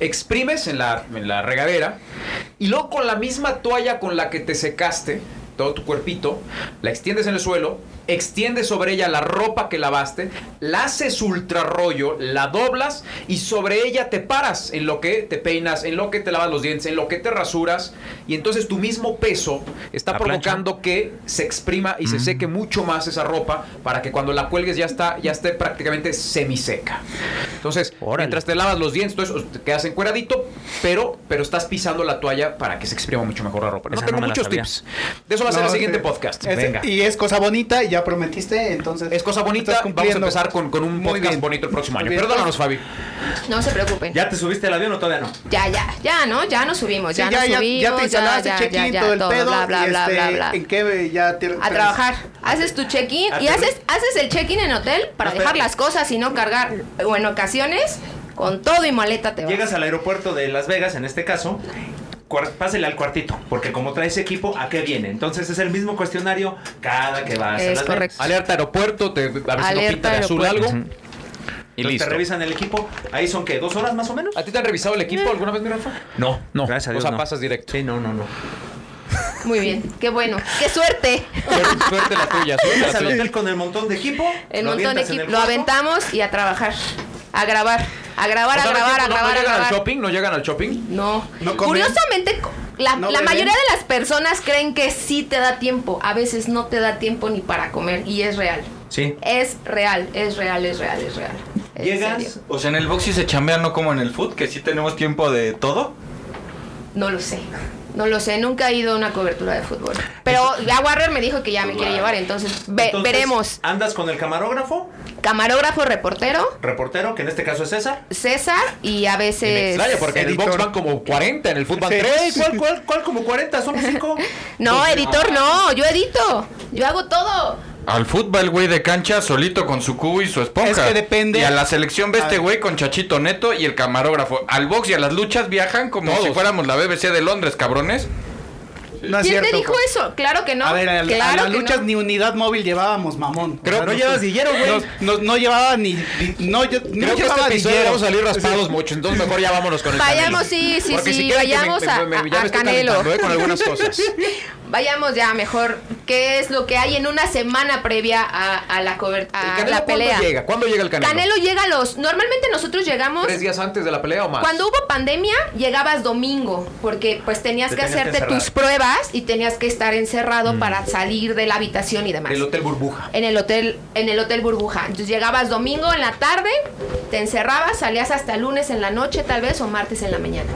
S6: exprimes en la, en la regadera y luego con la misma toalla con la que te secaste todo tu cuerpito, la extiendes en el suelo, extiendes sobre ella la ropa que lavaste, la haces ultra rollo, la doblas y sobre ella te paras en lo que te peinas, en lo que te lavas los dientes, en lo que te rasuras y entonces tu mismo peso está
S3: La plancha. Mm.
S6: provocando que se exprima y se seque mucho más esa ropa para que cuando la cuelgues ya está ya esté prácticamente semiseca. Entonces,
S3: Órale.
S6: mientras te lavas los dientes, entonces, te quedas encueradito, pero, pero estás pisando la toalla para que se exprima mucho mejor la ropa. No
S3: Esa
S6: tengo
S3: no me la
S6: muchos
S3: sabía.
S6: tips. De eso va a ser
S5: No,
S6: el siguiente
S5: sí.
S6: podcast.
S5: Es-
S3: Venga.
S5: Y es cosa bonita, ya prometiste, entonces.
S6: Es cosa bonita.
S5: estás
S6: Vamos a
S5: cumpliendo.
S6: empezar con, con un
S5: Muy
S6: podcast
S5: bien.
S6: bonito el próximo año.
S5: Muy bien.
S6: Perdónanos, Fabi.
S7: No se preocupen. Ya,
S3: ¿Ya te subiste al avión o todavía no?
S7: ya, ya, ¿no? Ya nos subimos,
S5: Sí,
S7: Pues ya,
S5: ya,
S7: nos
S5: ya,
S7: subimos.
S5: ya te instalaste,
S7: ya, ya,
S5: check-in,
S7: ya,
S5: todo el
S7: todo,
S5: pedo.
S7: bla, bla,
S5: y
S7: bla,
S5: este,
S7: bla, bla.
S5: ¿En qué ya te-
S7: A trabajar. Haces tu check-in y
S3: Aterri-
S7: haces, haces el check-in en hotel para
S3: No,
S7: dejar
S3: espérate.
S7: las cosas y no cargar. O en ocasiones, con todo y maleta te vas.
S3: Llegas al aeropuerto de Las Vegas, en este caso, cuar- pásele al cuartito, porque como traes equipo, ¿a qué viene? Entonces es el mismo cuestionario cada que vas a
S7: Es
S3: Las
S7: correcto.
S6: Alerta aeropuerto, te a ver si no
S7: Alerta
S6: pinta de azul algo.
S7: aeropuerto.
S3: Entonces te
S6: listo.
S3: revisan el equipo. Ahí son, ¿qué? ¿Dos horas más o menos?
S6: ¿A ti te han revisado el equipo alguna vez, mi Rafa? No, no.
S3: Gracias a Dios,
S6: O sea,
S3: no.
S6: pasas directo.
S3: Sí, no, no, no.
S7: Muy bien, qué bueno. ¡Qué suerte!
S6: Suerte, suerte la tuya, suerte
S3: Llegas
S6: la
S3: al
S6: tuya.
S3: hotel con el montón de equipo.
S7: El
S3: lo
S7: montón de
S3: avientas en
S7: equipo.
S3: el
S7: Lo
S3: cuarto.
S7: aventamos y a trabajar. A grabar. A grabar,
S6: O
S7: a
S6: sea, no
S7: grabar, a
S6: llegan- no-
S7: grabar,
S6: ¿No llegan
S7: a
S6: al
S7: grabar.
S6: shopping? ¿No llegan al shopping?
S7: No.
S5: ¿No comen?
S7: Curiosamente, co- la,
S5: ¿No
S7: la
S5: beben?
S7: mayoría de las personas creen que sí te da tiempo. A veces no te da tiempo ni para comer. Y es real.
S3: Sí.
S7: Es real, es real, es real, es real. Es
S3: Llegas.
S7: serio.
S4: O sea, en el box sí se chambea, no como en el foot, que sí tenemos tiempo de todo.
S7: No lo sé. No lo sé, nunca he ido a una cobertura de fútbol. Pero ya Warner me dijo que ya me quiere llevar, entonces, ve-
S3: entonces,
S7: veremos.
S3: Andas con el camarógrafo,
S7: Camarógrafo, reportero,
S3: reportero, que en este caso es César.
S7: César y a
S6: Y me
S7: veces...
S6: extraña porque en el box
S5: Editor.
S6: van como 40, en el fútbol
S5: Sí.
S6: 3.
S3: ¿Cuál, cuál, cuál? Como 40, somos 5.
S7: No, editor no, yo edito. Yo hago todo.
S4: Al fútbol el güey de cancha solito con su cubo y su esponja.
S5: Es que depende-
S4: Y a la selección ve
S5: A
S4: este
S5: ver.
S4: güey con Chachito Neto y el camarógrafo. Al box y a las luchas viajan como si fuéramos la BBC de Londres, cabrones.
S6: Ah,
S5: No es
S7: ¿Quién
S5: cierto.
S7: te dijo
S5: co-
S7: eso? Claro que no.
S5: a ver, a, la-
S7: claro
S5: a las
S7: que
S5: luchas
S7: no.
S5: ni unidad móvil llevábamos, mamón.
S6: Creo- no
S5: nos-
S6: llevas dinero, güey.
S5: nos- nos- no llevaba ni. ni- No, yo- no
S6: Creo que este
S5: llevaba
S6: episodio
S5: dinero.
S6: vamos a salir raspados mucho, entonces mejor ya vámonos con el
S7: Vayamos,
S6: Canelo.
S7: sí, sí,
S6: Porque
S7: sí,
S6: si quieren que me-
S7: vayamos
S6: me-
S7: a-
S6: me- me- ya
S7: a-
S6: me
S7: a
S6: estoy
S7: Canelo.
S6: calentando, eh, con algunas cosas.
S7: Vayamos ya mejor. ¿Qué es lo que hay en una semana previa a, a la, cober- a
S6: ¿El Canelo
S7: Ah, la pelea?
S6: ¿Cuándo llega? ¿Cuándo llega el Canelo?
S7: Canelo llega a los... Normalmente nosotros llegamos...
S6: ¿Tres días antes de la pelea o más?
S7: Cuando hubo pandemia, llegabas domingo, porque pues tenías
S3: Te
S7: que
S3: tenías que
S7: hacerte
S3: encerrar. Mm.
S7: tus pruebas y tenías que estar encerrado para salir de la habitación y demás.
S6: El Hotel Burbuja.
S7: En el hotel, en el hotel burbuja. Entonces llegabas domingo en la tarde, te encerrabas, salías hasta lunes en la noche tal vez o martes en la mañana.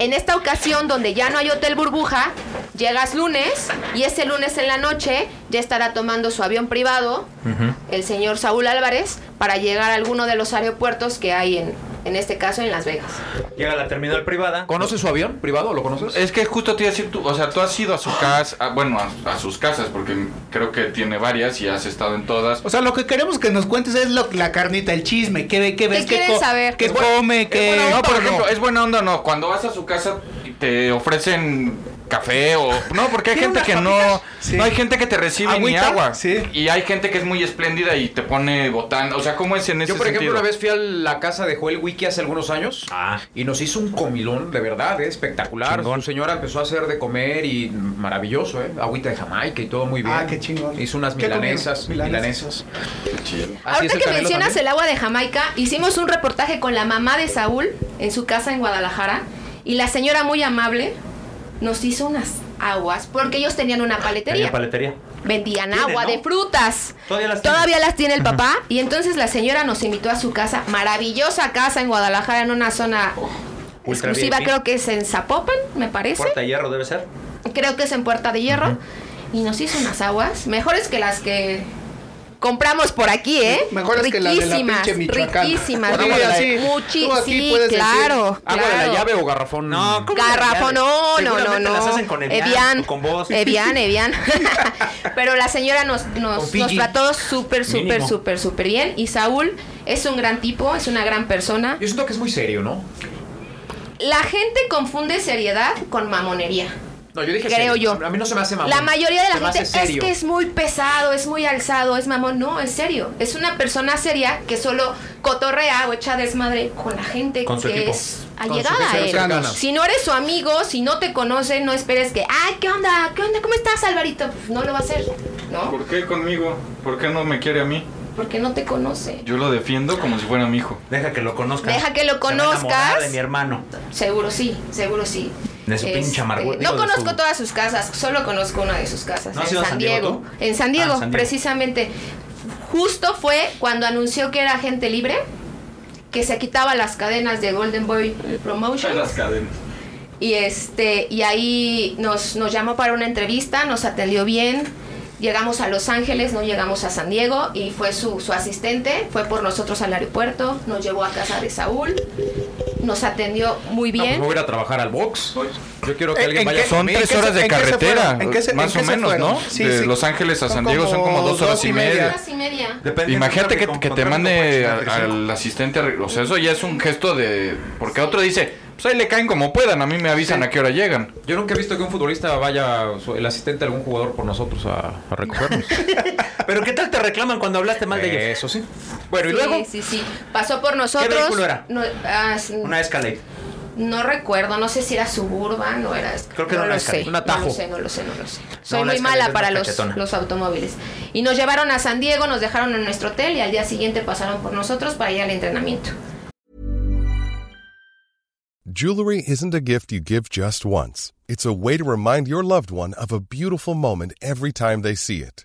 S7: En esta ocasión donde ya no hay hotel burbuja, llegas lunes y ese lunes en la noche ya estará tomando su avión privado el señor Saúl Álvarez para llegar a alguno de los aeropuertos que hay en, en este caso en Las Vegas.
S3: Llega la terminal privada.
S6: ¿Conoces su avión privado? ¿Lo conoces?
S4: Es que justo te iba a decir, tú, o sea, tú has ido a su casa, a- bueno, a, a sus casas, porque creo que tiene varias y has estado en todas.
S5: O sea, lo que queremos que nos cuentes es lo, la carnita, el chisme. ¿Qué, ve- qué ves? ¿Qué,
S7: quieres saber?
S5: ¿Qué
S7: Es
S5: come? ¿Qué.?
S4: Eh, no, por
S5: o
S4: ejemplo, es buena onda o no. Cuando vas a su casa y te ofrecen café o no, porque hay gente que no,
S5: Sí.
S4: no hay gente que te recibe ni
S5: ¿Agüita?
S4: agua.
S5: Sí.
S4: Y hay gente que es muy espléndida y te pone botán, o sea, ¿cómo es en ese
S6: Yo, por ejemplo,
S4: sentido?
S6: una vez fui a la casa de Joel Wiki hace algunos años
S3: Ah.
S6: y nos hizo un comilón de verdad, eh, espectacular.
S3: Chingón.
S6: Su señora empezó a hacer de comer y maravilloso, ¿eh? agüita de Jamaica y todo muy bien.
S5: Ah, qué chingón.
S6: Hizo unas
S5: ¿Qué
S6: milanesas.
S5: comieron?
S6: Milanesas.
S5: Milanesas.
S6: Así es
S7: Ahorita
S6: el
S7: que
S6: Canelo
S7: mencionas
S6: también.
S7: el agua de Jamaica, hicimos un reportaje con la mamá de Saúl en su casa en Guadalajara y la señora muy amable nos hizo unas aguas porque ellos tenían una paletería.
S3: Tenía paletería.
S7: Vendían
S3: Tiene,
S7: agua
S3: ¿no?
S7: de frutas.
S3: Todavía las
S7: las tiene el papá. Y entonces la señora nos invitó a su casa, maravillosa casa en Guadalajara, en una zona
S3: Ultra
S7: exclusiva,
S3: VIP.
S7: creo que es en Zapopan, me parece.
S3: Puerta de hierro debe ser.
S7: Creo que es en Puerta de Hierro. Y nos hizo unas aguas mejores que las que compramos por aquí, ¿eh?
S5: Mejores que las de la
S7: riquísimas,
S5: pinche Michoacán.
S7: riquísimas,
S5: Sí,
S7: riquísimas.
S5: así.
S7: Muchi-
S5: ¿eh? Tú aquí
S7: sí,
S5: puedes decir,
S7: claro,
S6: ¿Agua de la
S7: claro.
S6: llave o garrafón?
S7: Garrafón, no, no, no,
S3: Seguramente
S7: no.
S3: las hacen con Evian, o con vos.
S7: Evian, Evian. Pero la señora nos,
S3: Con
S7: nos,
S3: Fiji.
S7: nos trató súper, súper,
S3: Mínimo.
S7: súper, súper bien. Y Saúl es un gran tipo, es una gran persona.
S6: Yo siento que es muy serio, ¿no?
S7: La gente confunde seriedad con mamonería.
S6: No, yo dije
S7: Creo
S6: serio.
S7: yo.
S6: A mí no se me hace mamón.
S7: La mayoría de
S6: Se me
S7: la
S6: hace
S7: gente es
S6: serio.
S7: que es muy pesado, es muy alzado, es mamón. No, es serio. Es una persona seria que solo cotorrea o echa desmadre con la gente
S3: Con su
S7: que
S3: equipo.
S7: es
S6: su
S7: allegada a
S6: gente
S7: él.
S6: cercana.
S7: Si no eres su amigo, si no te conoce, no esperes que, ay, ¿qué onda? ¿Qué onda? ¿Cómo estás, Alvarito? Pues no lo va a hacer, ¿no?
S4: ¿Por qué conmigo? ¿Por qué no me quiere a mí?
S7: Porque no te conoce.
S4: Yo lo defiendo como si fuera mi hijo.
S3: Deja que lo conozcas.
S7: Deja que lo
S3: Se va a enamorar
S7: conozcas.
S3: de mi hermano.
S7: Seguro sí, seguro sí. Este,
S3: De su pinche amargura, digo,
S7: No
S3: de
S7: conozco
S3: su-
S7: todas sus casas, solo conozco una de sus casas.
S3: ¿No
S7: en
S3: has ido a
S7: San
S3: San Diego
S7: Diego.
S3: tú?
S7: En San Diego,
S3: Ah, San Diego.
S7: precisamente. Justo fue cuando anunció que era gente libre, que se quitaba las cadenas de Golden Boy eh, Promotions.
S4: cadenas.
S7: Y este, y ahí nos, nos llamó para una entrevista, nos atendió bien. Llegamos a Los Ángeles, no llegamos a San Diego y fue su, su asistente, fue por nosotros al aeropuerto, nos llevó a casa de Saúl, nos atendió muy
S6: No, pues
S7: bien.
S6: me voy a ir a trabajar al box. Yo quiero que
S5: ¿En-
S6: alguien
S5: en
S6: vaya
S5: qué-
S4: Eh, Son
S5: ¿En
S4: tres
S5: qué se-
S4: horas de
S5: en qué se
S4: carretera,
S5: fueron? ¿En qué se-
S4: más
S5: en
S4: o
S5: qué se
S4: menos, ¿no?
S5: fueron? Sí,
S4: de
S5: sí.
S4: Los Ángeles a
S5: Son
S4: San Diego son
S5: como
S4: como dos
S5: dos
S4: horas y
S5: y
S4: media.
S5: media.
S7: Horas y media.
S3: Depende
S4: Imagínate
S3: del
S4: que,
S3: tráfico,
S4: que
S3: con
S4: te
S3: tráfico
S4: mande
S3: puedes
S4: a-
S3: tráfico, sí.
S4: al asistente, a re- o sea, eso ya es un gesto de... Porque otro dice, pues ahí le caen como puedan, a mí me avisan a qué hora llegan.
S6: Yo nunca he visto que un futbolista vaya su- el asistente de algún jugador por nosotros a, a recogernos.
S3: Pero ¿qué tal te reclaman cuando hablaste mal de ellos?
S6: Eso sí. Bueno, y
S7: Sí,
S6: luego.
S7: Sí, sí. Pasó por nosotros.
S3: vehículo era?
S7: No, ah, s-
S3: Una Escalade.
S7: no recuerdo, no sé si era suburban o era.
S3: Creo que era
S7: no
S3: una
S7: lo
S3: Escalade,
S7: sé.
S3: un
S7: No
S3: atajo.
S7: lo sé, no lo sé, no lo sé. Soy
S3: la
S7: muy
S3: Escalade es
S7: mala
S3: más
S7: para los,
S3: cachetona.
S7: los automóviles. Y nos llevaron a San Diego, nos dejaron en nuestro hotel y al día siguiente pasaron por nosotros para ir al entrenamiento.
S8: Jewelry isn't a gift you give just once. It's a way to remind your loved one of a beautiful moment every time they see it.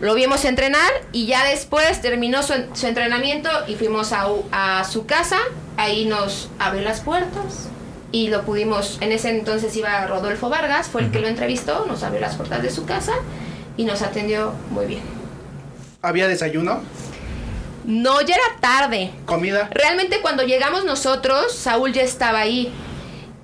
S7: Lo vimos entrenar y ya después terminó su, en- su entrenamiento y fuimos a, u- a su casa. Ahí nos abrió las puertas y lo pudimos. En ese entonces iba Rodolfo Vargas, fue el que lo entrevistó, nos abrió las puertas de su casa y nos atendió muy bien.
S5: ¿Había desayuno?
S7: No, ya era tarde.
S5: ¿Comida?
S7: Realmente cuando llegamos nosotros, Saúl ya estaba ahí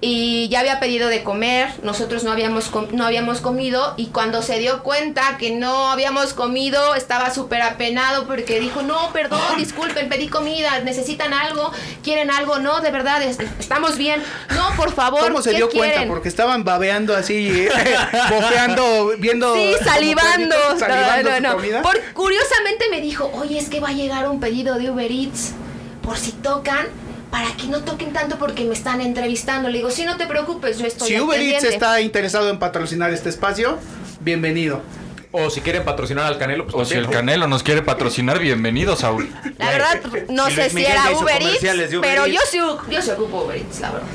S7: y ya había pedido de comer, nosotros no habíamos, com- no habíamos comido y cuando se dio cuenta que no habíamos comido, estaba súper apenado porque dijo, no, perdón, disculpen, pedí comida, necesitan algo, quieren algo, no, de verdad, es- estamos bien, no, por favor,
S5: ¿Cómo se
S7: ¿qué
S5: dio cuenta?
S7: quieren?
S5: Porque estaban babeando así, eh, bofeando, viendo.
S7: Sí,
S5: como
S7: salivando.
S5: perritos,
S7: No,
S5: salivando su
S7: no, no.
S5: comida.
S7: Por- curiosamente me dijo, oye, es que va a llegar un pedido de Uber Eats. Por si tocan, para que no toquen tanto porque me están entrevistando. Le digo, sí, no te preocupes, yo estoy
S5: Si
S7: al
S5: Uber Eats
S7: pendiente".
S5: está interesado en patrocinar este espacio, bienvenido.
S6: O si quieren patrocinar al Canelo, pues
S4: O si el
S6: también.
S4: Canelo nos quiere patrocinar, bienvenido, Saúl.
S7: La verdad, no
S3: Y Luis
S7: sé si
S3: Miguel ya
S7: era
S3: hizo
S7: Uber Eats,
S3: comerciales de Uber
S7: pero
S3: Eats.
S7: yo sí, yo sí ocupo Uber Eats, la verdad.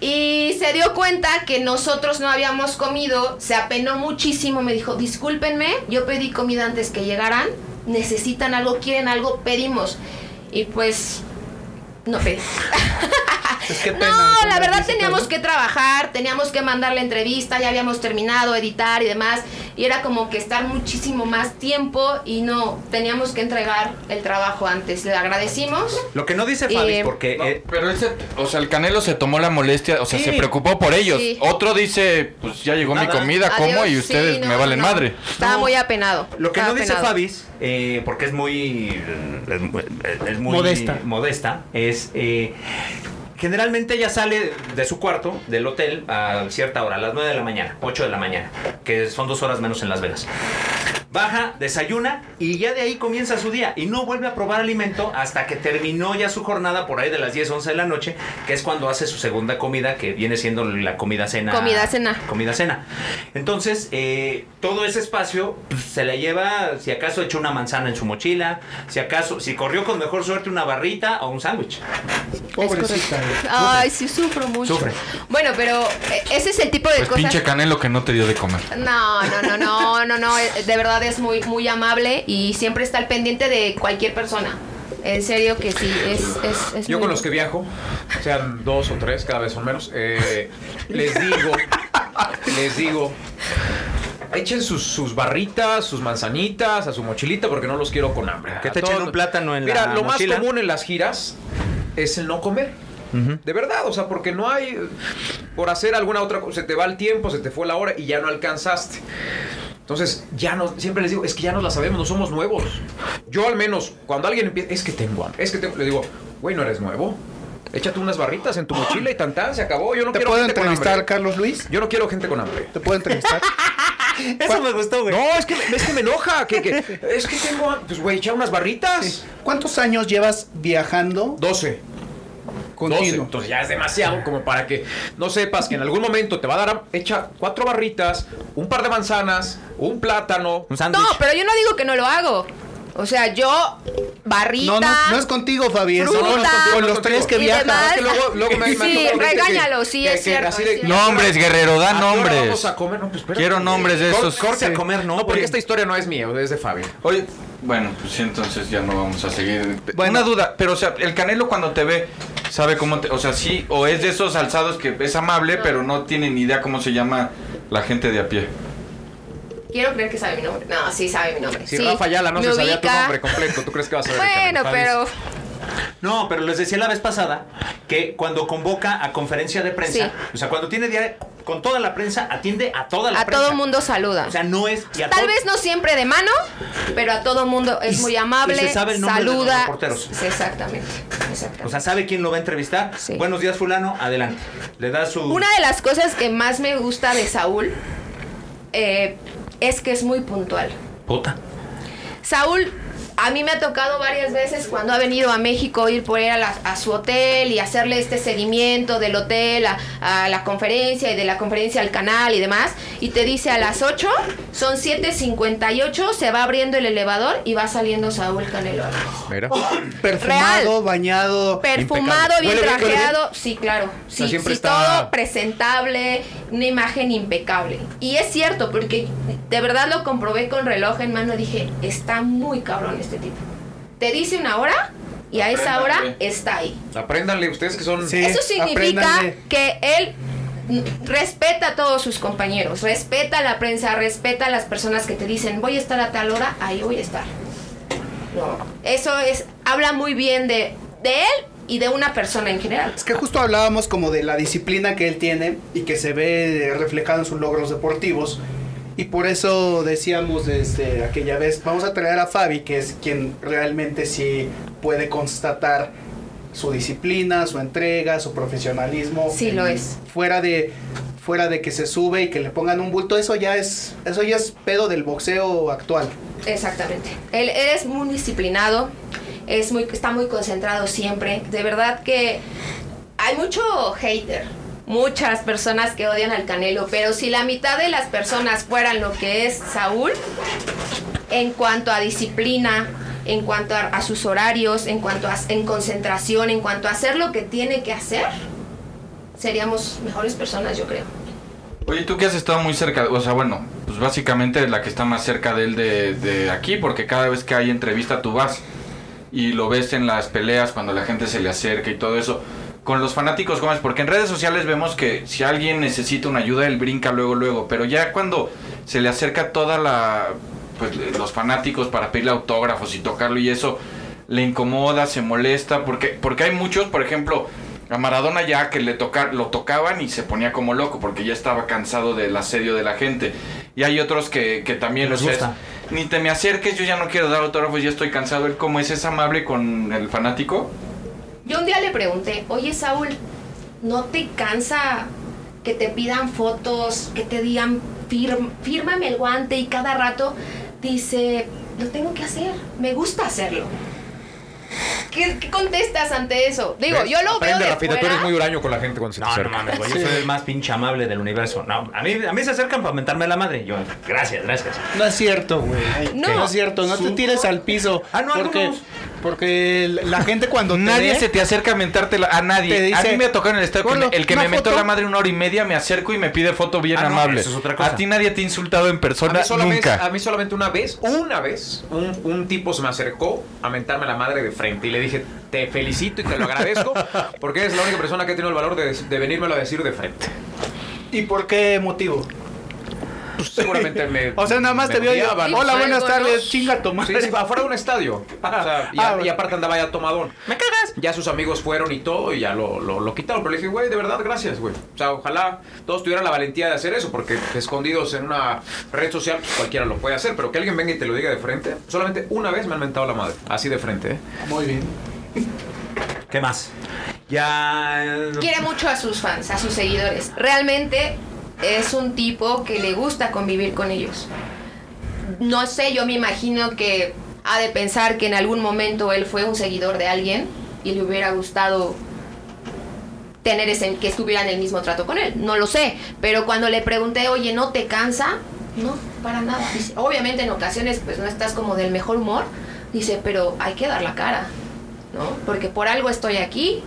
S7: Y se dio cuenta que nosotros no habíamos comido, se apenó muchísimo, me dijo, discúlpenme, yo pedí comida antes que llegaran, necesitan algo, quieren algo, pedimos. Y pues, no pedí.
S5: Es que pena.
S7: No,
S5: con
S7: la verdad
S5: visita,
S7: teníamos
S5: ¿no?
S7: que trabajar, teníamos que mandar la entrevista, ya habíamos terminado, editar y demás, y era como que estar muchísimo más tiempo y no, teníamos que entregar el trabajo antes. Le agradecimos.
S3: Lo que no dice Fabi,
S7: Eh,
S3: porque
S4: No,
S3: eh,
S4: pero ese, o sea, el Canelo se tomó la molestia, o sea,
S3: Sí.
S4: se preocupó por ellos.
S7: Sí.
S4: Otro dice, pues ya llegó mi
S3: Nada.
S4: comida, como
S7: Adiós,
S4: y
S7: sí,
S4: ustedes
S7: no,
S4: me valen
S7: no.
S4: madre.
S7: Estaba
S3: No.
S7: muy apenado.
S3: Lo que
S7: estaba
S3: no dice
S7: apenado.
S3: Fabis, eh, porque es muy, eh, es mu- es muy
S1: Modesta.
S3: modesta, es eh, generalmente ella sale de su cuarto, del hotel, a cierta hora, a las 9 de la mañana, 8 de la mañana, que son dos horas menos en Las Vegas. Baja, desayuna y ya de ahí comienza su día y no vuelve a probar alimento hasta que terminó ya su jornada por ahí de las 10, 11 de la noche, que es cuando hace su segunda comida, que viene siendo la comida cena.
S7: Comida cena.
S3: Comida cena. Entonces, eh, todo ese espacio pues, se le lleva, si acaso echó una manzana en su mochila, si acaso, si corrió con mejor suerte una barrita o un sándwich.
S5: Pobrecita.
S7: Ay, sí, sufro mucho.
S3: Sufre.
S7: Bueno, pero eh, ese es el tipo de
S4: Pues
S7: cosas.
S4: pinche Canelo que no te dio de comer.
S7: No, no, no, no, no, no. eh, De verdad es muy, muy amable y siempre está al pendiente de cualquier persona. En serio que sí, es, es, es
S6: Yo
S7: muy-
S6: con los que viajo, sean dos o tres, cada vez son menos, eh, les digo, les digo, echen sus, sus barritas, sus manzanitas, a su mochilita, porque no los quiero con hambre.
S3: Que te
S6: A
S3: echen
S6: todos-
S3: un plátano en la
S6: Mira, lo
S3: mochila.
S6: más común en las giras es el no comer. De verdad, o sea, porque no hay eh, por hacer alguna otra cosa, se te va el tiempo, se te fue la hora y ya no alcanzaste. Entonces, ya no, siempre les digo, es que ya nos la sabemos, no somos nuevos. Yo al menos, cuando alguien empieza, es que tengo hambre, es que tengo, le digo, güey, no eres nuevo. Échate unas barritas en tu mochila y tan tan, se acabó. Yo no
S5: ¿Te
S6: quiero
S5: puedo
S6: gente con
S5: entrevistar,
S6: hambre.
S5: Carlos Luis?
S6: Yo no quiero gente con hambre.
S5: ¿Te puedo entrevistar?
S3: Eso me gustó, güey.
S6: No, es que, me- es que me enoja, que, que- es que tengo hambre. Pues güey, echa unas barritas.
S5: ¿Cuántos años llevas viajando
S6: 12. 12,
S5: continuo?
S6: entonces ya es demasiado como para que no sepas que en algún momento te va a dar, ham- echa cuatro barritas, un par de manzanas, un plátano.
S3: Un
S7: No,
S3: sándwich.
S7: pero yo no digo que no lo hago. O sea, yo barrita.
S5: No, no, no es contigo, Fabi. es
S7: Fruta.
S5: con- con los tres que
S7: Y demás.
S5: viajan.
S6: Es que luego, luego me, me han
S7: Sí,
S6: tocado gente
S7: regáñalo,
S6: que-
S7: sí,
S6: que-
S7: es
S6: que
S7: cierto,
S6: así de-
S7: es cierto.
S4: Nombres, guerrero, da
S6: ¿A qué hora
S4: nombres.
S6: Vamos a comer, no, pues espérate.
S4: Quiero nombres de
S6: Cor-
S4: esos.
S3: corte a comer, no,
S6: No, porque
S5: pues,
S3: güey.
S6: esta historia no es mía, es de Fabio.
S4: Oye, bueno, pues sí, entonces ya no vamos a seguir.
S5: Bueno.
S4: Una duda, pero o sea, el Canelo cuando te ve, sabe cómo te. O sea, sí, o es de esos alzados que es amable, pero no tiene ni idea cómo se llama la gente de a pie.
S7: Quiero creer que sabe mi nombre. No, sí sabe mi nombre.
S6: Si
S7: Sí,
S6: Rafa Yala no
S7: me
S6: se sabía tu
S7: ubica.
S6: nombre completo, ¿tú crees que vas a saber?
S7: Bueno,
S6: Fabio?
S7: pero
S3: No, pero les decía la vez pasada que cuando convoca a conferencia de prensa,
S7: Sí.
S3: o sea, cuando tiene diaria con toda la prensa, atiende a toda la
S7: A
S3: prensa.
S7: todo mundo saluda.
S3: O sea, no es. y a
S7: Tal
S3: todo-
S7: vez no siempre de mano, pero a todo mundo
S3: Y
S7: es muy
S3: s-
S7: amable,
S3: y se sabe el nombre de los
S7: saluda.
S3: reporteros.
S7: Sí, Exactamente, exactamente.
S3: O sea, sabe quién lo va a entrevistar.
S7: Sí.
S3: Buenos días, fulano, adelante. Le da su.
S7: Una de las cosas que más me gusta de Saúl eh, es que es muy puntual.
S3: Puta.
S7: Saúl, a mí me ha tocado varias veces cuando ha venido a México ir por él a, la- a su hotel y hacerle este seguimiento del hotel a, a la conferencia y de la conferencia al canal y demás. Y te dice a las 8, son 7.58, se va abriendo el elevador y va saliendo Saúl Canelo. Álvarez.
S6: Mira.
S5: Perfumado,
S7: Real.
S5: bañado.
S7: Perfumado, bien
S6: Huele bien, huele bien.
S7: trajeado, sí, claro. Sí,
S6: siempre
S7: sí,
S6: está-
S7: todo presentable, una imagen impecable. Y es cierto, porque de verdad lo comprobé con reloj en mano, dije, está muy cabrón este tipo. Te dice una hora y a esa hora está ahí.
S6: Apréndanle ustedes que son.
S5: Sí.
S7: Eso significa
S5: apréndanle.
S7: que él mm, respeta a todos sus compañeros, respeta a la prensa, respeta a las personas que te dicen voy a estar a tal hora, ahí voy a estar. No, eso es, habla muy bien de, de él y de una persona en general.
S5: Es que justo hablábamos como de la disciplina que él tiene y que se ve eh, reflejada en sus logros deportivos. Y por eso decíamos desde aquella vez, vamos a traer a Fabi, que es quien realmente sí puede constatar su disciplina, su entrega, su profesionalismo.
S7: Sí, lo es.
S5: Fuera de fuera de que se sube y que le pongan un bulto, eso ya es eso ya es pedo del boxeo actual.
S7: Exactamente. Él, él es muy disciplinado, es muy, está muy concentrado siempre. De verdad que hay mucho hater, muchas personas que odian al Canelo, pero si la mitad de las personas fueran lo que es Saúl, en cuanto a disciplina, en cuanto a, a sus horarios, en cuanto a en concentración, en cuanto a hacer lo que tiene que hacer, seríamos mejores personas, yo creo.
S4: Oye, tú que has estado muy cerca, o sea, bueno, pues básicamente la que está más cerca de él de, de aquí, porque cada vez que hay entrevista tú vas y lo ves en las peleas cuando la gente se le acerca y todo eso. Con los fanáticos, ¿cómo es? Porque en redes sociales vemos que si alguien necesita una ayuda, él brinca luego, luego, pero ya cuando se le acerca toda la, pues los fanáticos para pedirle autógrafos y tocarlo y eso, le incomoda, se molesta, porque, porque hay muchos, por ejemplo, a Maradona ya que le toca, lo tocaban y se ponía como loco porque ya estaba cansado del asedio de la gente. Y hay otros que, que también
S3: Les
S4: o sea, es,
S3: gusta.
S4: Ni te me acerques, yo ya no quiero dar autógrafos, ya estoy cansado. Él como es, es amable con el fanático.
S7: Yo un día le pregunté, oye Saúl, ¿no te cansa que te pidan fotos, que te digan, "Fir- fírmame el guante y cada rato dice, lo tengo que hacer, me gusta hacerlo? ¿Qué, qué contestas ante eso? Digo, yo lo veo
S6: Aprende,
S7: de
S6: Rafita, tú
S7: fuera.
S6: eres muy huraño con la gente cuando se te
S3: No, no
S6: acerca.
S3: mames, güey. Yo soy el más pinche amable del universo. No, a mí, a mí se acercan para mentarme la madre. Yo, gracias, gracias.
S5: No es cierto, güey.
S7: No.
S5: No. es cierto, no te tires al piso.
S3: Ah, no,
S5: porque,
S3: algunos.
S5: porque la gente cuando te
S4: Nadie
S5: ve-
S4: se te acerca a mentarte la- a nadie.
S5: Te dice,
S4: a mí me tocó en el estadio. que
S5: "Gordo,
S4: me- el que
S5: ¿una
S4: me mentó
S5: foto?"
S4: la madre una hora y media, me acerco y me pide foto bien
S3: Ah, no,
S4: amable.
S3: eso es otra cosa.
S4: A ti nadie te ha insultado en persona
S6: a mí solamente,
S4: nunca.
S6: a mí solamente una vez, una vez, un, un tipo se me acercó a mentarme la madre de frente y le dije, te felicito y te lo agradezco porque eres la única persona que ha tenido el valor de, de venírmelo a decir de frente.
S5: ¿Y por qué motivo?
S6: Pues, seguramente me...
S5: O sea, nada más te vio y
S6: odiaban.
S7: "Hola,
S5: hola, buenas
S7: Sí, buenas algo, tardes,
S5: tardes,
S7: ¿no?
S5: chinga tu
S6: Sí,
S5: madre.
S6: sí, afuera de un estadio. O sea, y,
S5: Ah,
S6: a-
S5: bueno.
S6: y aparte andaba ya tomadón. ¡Me cagas! Ya sus amigos fueron y todo, y ya lo, lo, lo quitaron. Pero le dije, güey, de verdad, gracias, güey. O sea, ojalá todos tuvieran la valentía de hacer eso, porque escondidos en una red social, pues cualquiera lo puede hacer. Pero que alguien venga y te lo diga de frente, solamente una vez me han mentado la madre. Así de frente, ¿eh?
S5: Muy bien.
S3: ¿Qué más? Ya.
S7: Quiere mucho a sus fans, a sus seguidores. Realmente es un tipo que le gusta convivir con ellos. No sé, yo me imagino que ha de pensar que en algún momento él fue un seguidor de alguien y le hubiera gustado tener ese, que estuvieran el mismo trato con él. No lo sé, pero cuando le pregunté, oye, ¿no te cansa? No, para nada. Dice, obviamente en ocasiones pues no estás como del mejor humor. Dice, pero hay que dar la cara, ¿no? Porque por algo estoy aquí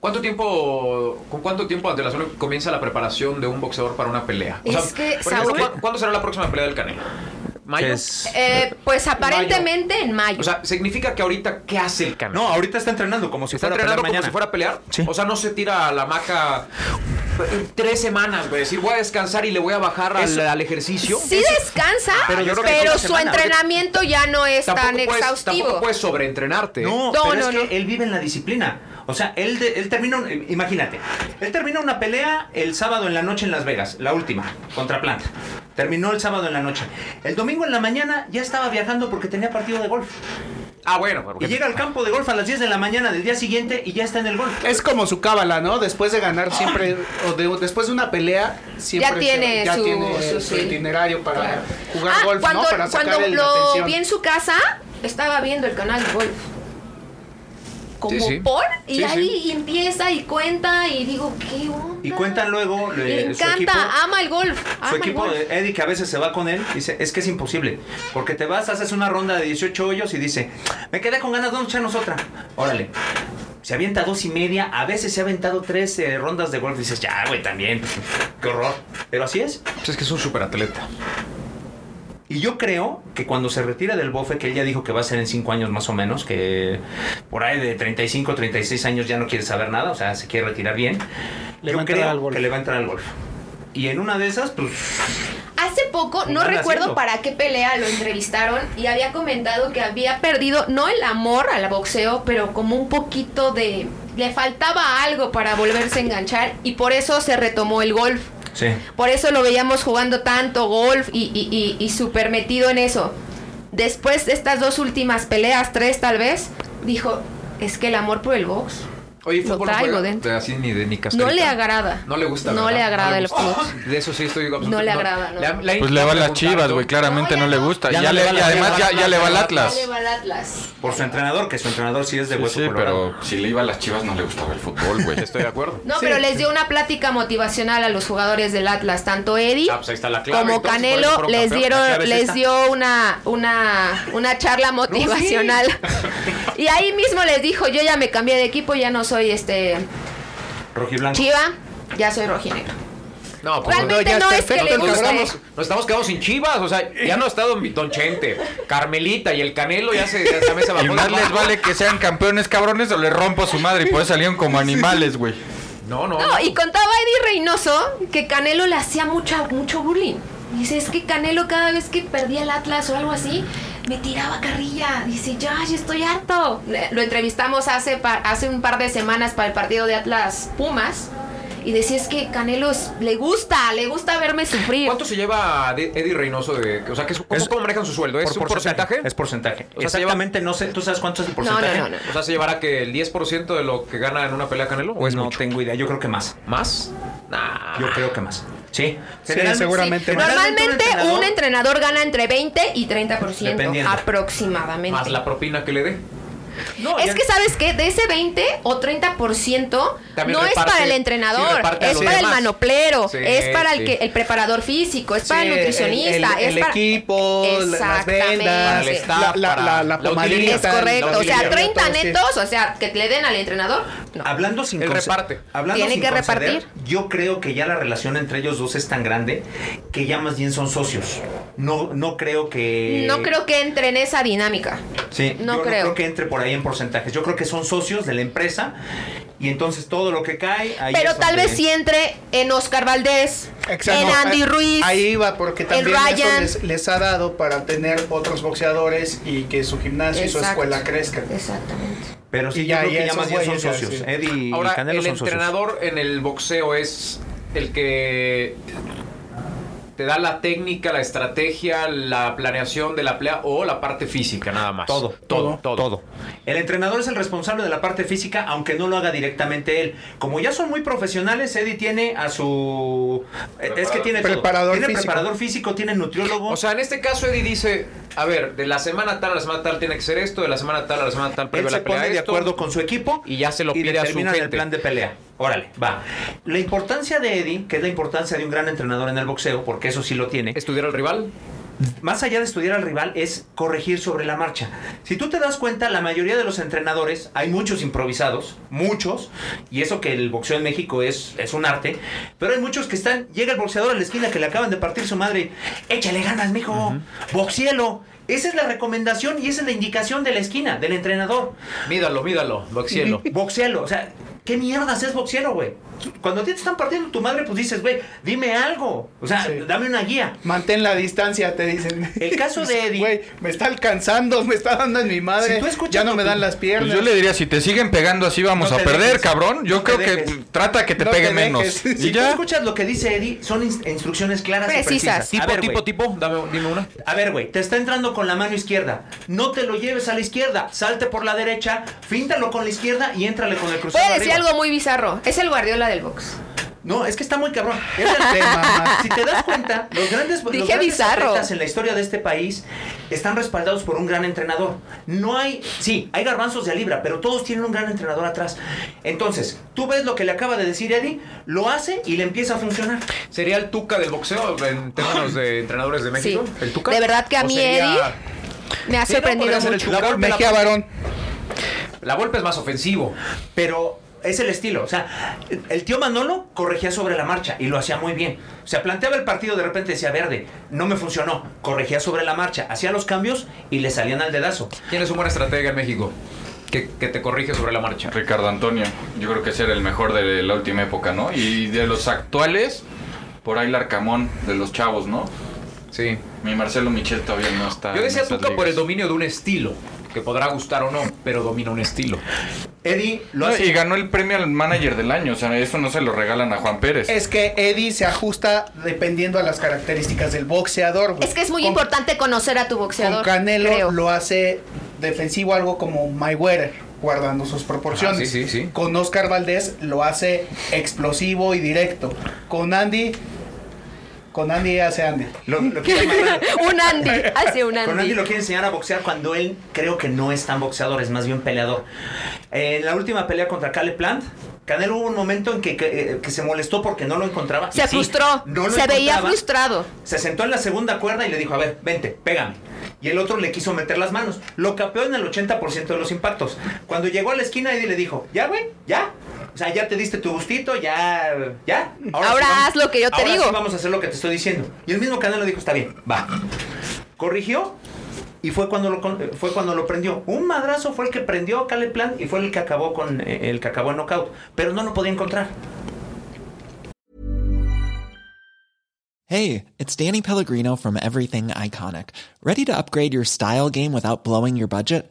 S6: ¿Cuánto tiempo, con cuánto tiempo de antelación comienza la preparación de un boxeador para una pelea?
S7: Es que,
S6: por ejemplo,
S7: Saúl-
S6: ¿cu- ¿cuándo será la próxima pelea del Canelo? ¿Mayo?
S3: Es-
S7: Eh, pues aparentemente en mayo.
S6: O sea, significa que ahorita, ¿qué hace el Canelo?
S3: No, ahorita está entrenando como si
S6: está
S3: fuera a
S6: entrenando
S3: pelear
S6: como si fuera a pelear.
S3: Sí.
S6: O sea, no se tira a la hamaca eh, tres semanas, güey. Decir, voy a descansar y le voy a bajar al, al ejercicio.
S7: sí descansa,
S6: Ah, Pero
S7: pero,
S6: yo creo que es una
S7: su
S6: semana, porque
S7: entrenamiento ya no es tan
S6: puedes,
S7: exhaustivo.
S6: tampoco puedes sobreentrenarte. ¿eh?
S3: No,
S7: No,
S3: pero
S7: no,
S3: es que
S7: no.
S3: él vive en la disciplina. O sea, él, de- él termina, un- eh, imagínate, él termina una pelea el sábado en la noche en Las Vegas, la última, contra Planta. Terminó el sábado en la noche. El domingo en la mañana ya estaba viajando porque tenía partido de golf.
S6: Ah, bueno, pero
S3: Y llega al campo de golf a las 10 de la mañana del día siguiente y ya está en el golf.
S5: Es como su cábala, ¿no? Después de ganar siempre, o de- después de una pelea, siempre
S7: Ya
S5: se-
S7: tiene
S5: ya
S7: su-
S5: tiene
S7: su-
S5: su
S7: sí.
S5: itinerario para
S7: Claro.
S5: jugar
S7: Ah,
S5: golf,
S7: cuando,
S5: ¿no? Para sacar
S7: cuando
S5: el- la
S7: lo
S5: atención.
S7: vi en su casa, estaba viendo el canal de golf. Como
S6: Sí, sí.
S7: por, y
S6: Sí,
S7: ahí empieza y cuenta y digo, ¿qué onda?
S3: Y cuentan luego eh,
S7: Le
S3: su equipo.
S7: encanta, ama el golf. Ama
S3: Su
S7: el
S3: equipo
S7: golf.
S3: de Eddie, que a veces se va con él, dice, es que es imposible. Porque te vas, haces una ronda de 18 hoyos y dice, me quedé con ganas, vamos a echarnos otra. Órale. Se avienta dos y media, a veces se ha aventado tres eh, rondas de golf. Dices, ya, güey, también. Qué horror. Pero así es.
S6: Pues es que es un superatleta.
S3: Y yo creo que cuando se retira del bofe, que él ya dijo que va a ser en 5 años más o menos, que por ahí de 35, 36 años ya no quiere saber nada, o sea, se quiere retirar bien.
S1: Le
S3: yo
S1: va a entrar
S3: creo
S1: al golf.
S3: que le va a entrar al golf. Y en una de esas, pues
S7: Hace poco, no
S3: Van
S7: recuerdo
S3: haciendo.
S7: para qué pelea lo entrevistaron y había comentado que había perdido, no el amor al boxeo, pero como un poquito de... Le faltaba algo para volverse a enganchar y por eso se retomó el golf.
S3: sí.
S7: Por eso lo veíamos jugando tanto golf y, y, y- y súper metido en eso. Después de estas dos últimas peleas, tres tal vez, dijo, es que el amor por el box
S6: Oye,
S7: Lo
S6: fútbol no
S7: traigo
S6: juega
S7: dentro.
S6: de así ni de ni
S7: no
S6: cascarita.
S7: le agrada.
S6: Pues No le gusta.
S7: No
S6: ¿verdad?
S7: le agrada el
S6: gusta.
S7: box.
S6: De eso sí estoy
S7: No le agrada, no.
S4: Pues le va a las chivas, güey, claramente
S7: No,
S4: no,
S7: ya
S4: le
S7: no.
S4: gusta.
S3: Ya
S4: Ya
S3: no
S4: le,
S3: le va
S4: y
S3: la-
S4: además
S3: ya
S4: ya,
S3: no
S4: ya
S3: le
S4: le
S3: va
S4: va el
S3: la-
S4: Atlas.
S7: Le va al Atlas.
S3: Por su entrenador, que su entrenador sí es de
S4: Sí,
S3: hueso
S4: sí,
S3: colorado.
S4: pero si le iba a las chivas no le gustaba el fútbol, güey.
S6: Estoy de acuerdo.
S7: No, pero les dio una plática motivacional a los jugadores del Atlas, tanto Eddie
S6: Ah, pues ahí está la clave,
S7: como
S6: entonces, por eso
S7: Canelo
S6: fueron
S7: les
S6: campeones.
S7: dieron
S6: La clave es
S7: les
S6: esta.
S7: dio una una una charla motivacional. y ahí mismo les dijo, "Yo ya me cambié de equipo, ya no soy este
S3: Rojiblanco.
S7: Chiva, ya soy rojinegro."
S6: No, pues
S7: Realmente
S5: ya
S7: no
S5: está
S7: es que
S5: perfecto,
S6: no,
S7: le
S6: nos,
S7: guste.
S6: estamos, nos estamos quedando sin chivas. O sea, ya no ha estado mi Don Chente, Carmelita y el Canelo. Ya se, ya también se bajó
S4: Y
S6: la
S4: más les
S6: mano.
S4: vale que sean campeones cabrones o le rompo su madre y por eso salieron como animales, güey. Pues
S6: No, no.
S7: No, y contaba Eddie Reynoso que Canelo le hacía mucha, mucho bullying. Dice, es que Canelo cada vez que perdía el Atlas o algo así, me tiraba carrilla. Dice, ya, ya estoy harto. Le- Lo entrevistamos hace, pa- hace un par de semanas para el partido de Atlas Pumas. Y decía, es que Canelo es- le gusta, le gusta verme sufrir.
S6: ¿Cuánto se lleva de- Eddie Reynoso de.? O sea, ¿qué es- ¿cómo,
S3: Es-
S6: cómo manejan su sueldo? ¿Es un porcentaje?
S3: Es porcentaje.
S6: O sea, se lleva-
S3: Exactamente, no sé. ¿Tú sabes cuánto es el
S7: no,
S3: porcentaje?
S7: no, no, no.
S6: O sea, ¿se llevará que el 10% de lo que gana en una pelea Canelo? ¿O es
S3: no
S6: mucho?
S3: tengo idea. Yo creo que más.
S6: ¿Más? Nah.
S3: Yo creo que más. Sí.
S5: seguramente
S3: sí.
S5: más.
S7: Normalmente
S3: un
S7: un
S3: entrenador-
S7: entrenador gana entre 20 y 30%
S3: Dependiendo.
S7: aproximadamente.
S6: Más la propina que le dé.
S3: No,
S7: Es
S3: ya-
S7: que sabes que de ese 20 o 30%
S6: También
S7: no
S6: reparte-
S7: es para el
S6: sí,
S7: entrenador,
S6: reparte a
S7: es
S6: los
S7: para el
S6: demás.
S7: manoplero,
S6: Sí,
S7: es para el
S6: sí.
S7: que el preparador físico, es
S5: Sí,
S7: para el
S5: el-
S7: nutricionista,
S5: el-
S7: es
S5: el
S7: para
S5: equipo, la- las
S7: Exactamente.
S5: vendas,
S6: Para el
S7: Sí.
S6: staff,
S5: La- la-
S6: para
S5: la- la pomadita,
S7: Es
S6: utilidad.
S7: correcto, o sea,
S6: utilidad.
S7: 30
S5: todo, sí.
S7: netos, o sea, que le den al entrenador. No.
S3: Hablando sin
S6: Él
S3: conce-
S6: reparte.
S3: Hablando
S7: Tiene
S3: sin
S7: que
S3: conceder,
S7: repartir.
S3: Yo creo que ya la relación entre ellos dos es tan grande que ya más bien son socios. No, no creo que.
S7: No creo que entre en esa dinámica.
S3: Sí,
S7: No
S3: yo
S7: creo.
S3: no creo que entre por ahí en porcentajes. Yo creo que son socios de la empresa y entonces todo lo que cae. ahí
S7: Pero
S3: es
S7: tal
S3: donde-
S7: vez sí entre en Oscar Valdés,
S5: Exacto.
S7: en
S5: No,
S7: Andy
S5: a-
S7: Ruiz.
S5: Eh, Ahí va, porque
S7: en
S5: también eso
S7: Ryan.
S5: les, les ha dado para tener otros boxeadores y que su gimnasio y su
S7: Exacto.
S5: escuela crezcan.
S7: Exactamente.
S3: Pero sí,
S5: Y
S3: yo
S5: ya-
S3: creo
S5: y
S3: que ya
S5: esos
S3: más bien son
S5: güeyes, ya,
S3: socios.
S5: sí.
S3: Eddie y
S6: Ahora,
S3: Canelo
S6: el
S3: son socios.
S6: entrenador en el boxeo es el que te da la técnica, la estrategia, la planeación de la pelea o la parte física, nada más.
S3: Todo,
S6: todo, todo.
S3: El entrenador es el responsable de la parte física, aunque no lo haga directamente él. Como ya son muy profesionales, Eddie tiene a su... eh, Es que tiene todo.
S5: Preparador
S3: Tiene
S5: físico.
S3: preparador físico, tiene nutriólogo.
S6: O sea, en este caso Eddie dice, a ver, de la semana tal a la semana tal tiene que ser esto, de la semana tal a la semana tal
S3: él
S6: previo a
S3: se
S6: la pelea
S3: pone de
S6: esto.
S3: acuerdo con su equipo
S6: y ya se lo pide a su
S3: determinan el
S6: gente.
S3: plan de pelea. Órale, va. La importancia de Eddie, que es la importancia de un gran entrenador en el boxeo, porque eso sí lo tiene,
S6: ¿Estudiar al rival?
S3: más allá de estudiar al rival, es corregir sobre la marcha. Si tú te das cuenta, la mayoría de los entrenadores, hay muchos improvisados, muchos, y eso que el boxeo en México es, es un arte, pero hay muchos que están, llega el boxeador a la esquina que le acaban de partir su madre, échale ganas, mijo, boxielo. Esa es la recomendación y esa es la indicación de la esquina, del entrenador.
S6: Mídalo, mídalo, boxealo.
S3: Boxealo, o sea, ¿Qué mierdas es boxero, güey? Cuando a ti te están partiendo tu madre, pues dices, güey, dime algo. O sea,
S5: Sí.
S3: dame una guía.
S5: Mantén la distancia, te dicen.
S3: El caso de Eddie-
S5: Güey, me está alcanzando, me está dando en mi madre.
S3: Si tú escuchas
S5: ya no
S3: tu-
S5: me dan las piernas.
S4: Pues yo le diría, si te siguen pegando así vamos
S3: No
S4: a
S3: te
S4: perder,
S3: dejes.
S4: cabrón. Yo
S3: No
S4: creo
S3: te
S4: que
S3: dejes.
S4: trata que te
S5: No
S4: pegue
S5: te
S4: menos.
S5: dejes.
S4: Y
S3: Si tú
S4: ya.
S3: escuchas lo que dice Eddie, son ins- instrucciones claras y precisas.
S7: Precisas.
S3: A
S6: Tipo,
S3: ver,
S6: tipo,
S3: güey.
S6: tipo, dame, dime una.
S3: A ver, güey, te está entrando con la mano izquierda. No te lo lleves a la izquierda. Salte por la derecha, fíntalo con la izquierda y éntrale con el cruzado.
S7: Puede decir
S3: Pues arriba.
S7: algo muy bizarro. Es el Guardiola del box.
S3: No, es que está muy cabrón. Es el tema. Si te das cuenta, los grandes, los
S7: Dije
S3: grandes
S7: bizarro.
S3: atletas en la historia de este país están respaldados por un gran entrenador. No hay, sí, hay garbanzos de a libra, pero todos tienen un gran entrenador atrás. Entonces, tú ves lo que le acaba de decir Eddie, lo hace y le empieza a funcionar.
S6: ¿Sería el Tuca del boxeo en términos de entrenadores de México?
S7: Sí.
S6: ¿El Tuca?
S7: De verdad que a
S6: ¿O
S7: mí,
S6: sería-
S7: Eddie, Me ha
S6: Sí, no, podría
S7: sorprendido
S6: ser el
S7: mucho.
S6: Tuca,
S5: La-
S6: golpe la-
S5: Mejía varón.
S6: La Volpe es más ofensivo.
S3: pero es el estilo. O sea, el tío Manolo corregía sobre la marcha y lo hacía muy bien. O sea, planteaba el partido, de repente decía verde, no me funcionó. Corregía sobre la marcha, hacía los cambios y le salían al dedazo.
S6: ¿Quién es un buen estratega en México? Que, que te corrige sobre la marcha.
S4: Ricardo Antonio, yo creo que ese era el mejor de la última época, ¿no? Y de los actuales, por ahí Larcamón, de los chavos, ¿no?
S6: Sí.
S4: Mi Marcelo Michel todavía no está.
S6: Yo decía
S4: en esas
S6: Tuca por el
S4: ligas.
S6: dominio de un estilo, que podrá gustar o no, pero domina un estilo.
S3: Eddie lo
S4: No,
S3: hace.
S4: y ganó el premio al manager del año, o sea, eso no se lo regalan a Juan Pérez.
S5: Es que Eddie se ajusta dependiendo a las características del boxeador. güey.
S7: Es que es muy
S5: Con-
S7: importante conocer a tu
S5: Con
S7: boxeador.
S5: Canelo
S7: creo.
S5: lo hace defensivo, algo como Mayweather, guardando sus proporciones.
S6: Ah, sí, sí, sí.
S5: Con Oscar Valdés lo hace explosivo y directo. Con Andy, con Andy hace Andy.
S3: Lo- lo quiere llamar-
S7: un Andy. Hace un
S3: Con Andy
S7: Andy.
S3: lo quiere enseñar a boxear cuando él creo que no es tan boxeador, es más bien peleador. En la última pelea contra Cale Plant, Canelo hubo un momento en que, que- eh, que se molestó porque no lo encontraba. Y
S7: Se
S3: sí,
S7: frustró.
S3: no lo
S7: Se veía
S3: encontraba.
S7: frustrado.
S3: Se sentó en la segunda cuerda y le dijo, a ver, vente, pégame. Y el otro le quiso meter las manos. Lo capeó en el 80% de los impactos. Cuando llegó a la esquina, Eddie le dijo, ya, güey, ya. O sea, ya te diste tu gustito, ya, ya.
S7: Ahora
S3: vamos-
S7: haz lo que yo te
S3: ahora
S7: digo.
S3: sí vamos a hacer lo que te estoy diciendo. Y el mismo Canelo dijo, está bien, va. Corrigió y fue cuando lo con- fue cuando lo prendió. Un madrazo fue el que prendió a Cale Plan y fue el que acabó con eh, el que acabó en knockout. Pero no lo podía encontrar.
S9: Hey, it's Danny Pellegrino from Everything Iconic. Ready to upgrade your style game without blowing your budget?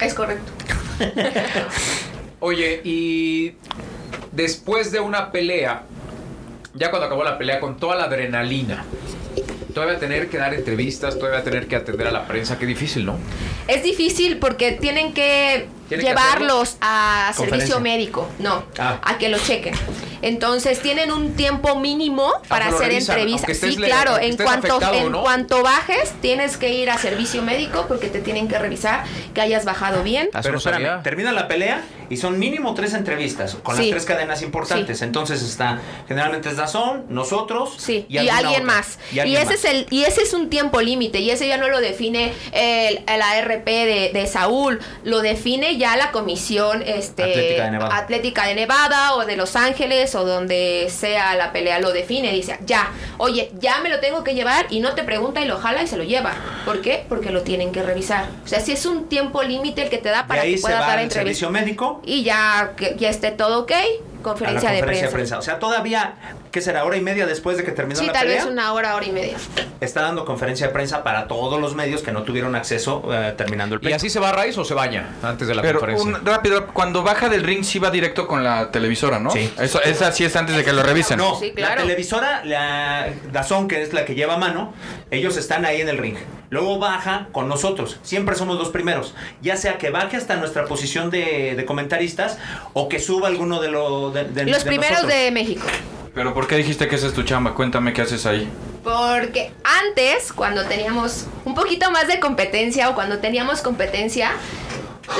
S7: Es correcto.
S6: Oye, y después de una pelea, ya cuando acabó la pelea, con toda la adrenalina, todavía tener que dar entrevistas, todavía tener que atender a la prensa, qué difícil, ¿no?
S7: Es difícil porque tienen que
S6: ¿Tienen que
S7: llevarlos a
S3: Conferencia.
S7: servicio médico, no,
S3: Ah.
S7: a que lo chequen. Entonces tienen un tiempo mínimo para
S6: lo
S7: hacer
S6: revisan, aunque
S7: entrevistas.
S6: estés
S7: Sí,
S6: le-
S7: claro,
S6: aunque
S7: en
S6: estés
S7: cuanto
S6: afectado,
S7: en
S6: ¿no?
S7: cuanto bajes tienes que ir a servicio médico porque te tienen que revisar que hayas bajado bien.
S6: Eso
S3: Pero
S6: no
S3: espérame,
S6: sabía.
S3: termina la pelea y son mínimo tres entrevistas con las
S7: Sí.
S3: tres cadenas importantes.
S7: Sí.
S3: Entonces está, generalmente es Dazón, nosotros
S7: Sí, y,
S3: alguna
S7: alguien
S3: otra.
S7: más.
S3: Y
S7: Y,
S3: alguien
S7: ese
S3: más.
S7: es el y ese es un tiempo límite y ese ya no lo define el, el ARP de, de Saúl, lo define ya la comisión este
S3: Atlética de Nevada.
S7: Atlética de Nevada o de Los Ángeles o donde sea la pelea lo define, dice, "Ya, oye, ya me lo tengo que llevar" y no te pregunta y lo jala y se lo lleva. ¿Por qué? Porque lo tienen que revisar. O sea, si es un tiempo límite el que te da para
S3: de ahí
S7: que
S3: se
S7: puedas
S3: va
S7: dar
S3: al
S7: entrevista.
S3: servicio médico.
S7: Y ya que ya esté todo ok, conferencia,
S3: a la
S7: de
S3: conferencia
S7: prensa.
S3: de prensa. O sea, todavía, ¿qué será? ¿Hora y media después de que terminó
S7: Sí,
S3: la
S7: tal
S3: pelea?
S7: vez una hora, hora y media.
S3: Está dando conferencia de prensa para todos los medios que no tuvieron acceso eh, terminando el
S6: ¿Y
S3: pleito.
S6: así se va a raíz o se baña antes de la
S4: Pero
S6: conferencia?
S4: un- rápido, cuando baja del ring sí va directo con la televisora, ¿no?
S3: Sí.
S4: Eso, esa sí es antes de que lo revisen.
S3: No,
S7: Sí,
S3: la
S7: claro.
S3: televisora, la Dazón, que es la que lleva a mano, ellos están ahí en el ring. Luego baja con nosotros. Siempre somos los primeros. Ya sea que baje hasta nuestra posición de, de comentaristas o que suba alguno de los... De, de-
S7: Los
S3: de
S7: primeros
S3: nosotros.
S7: de México.
S4: Pero ¿por qué dijiste que esa es tu chamba? Cuéntame qué haces ahí.
S7: Porque antes, cuando teníamos un poquito más de competencia o cuando teníamos competencia,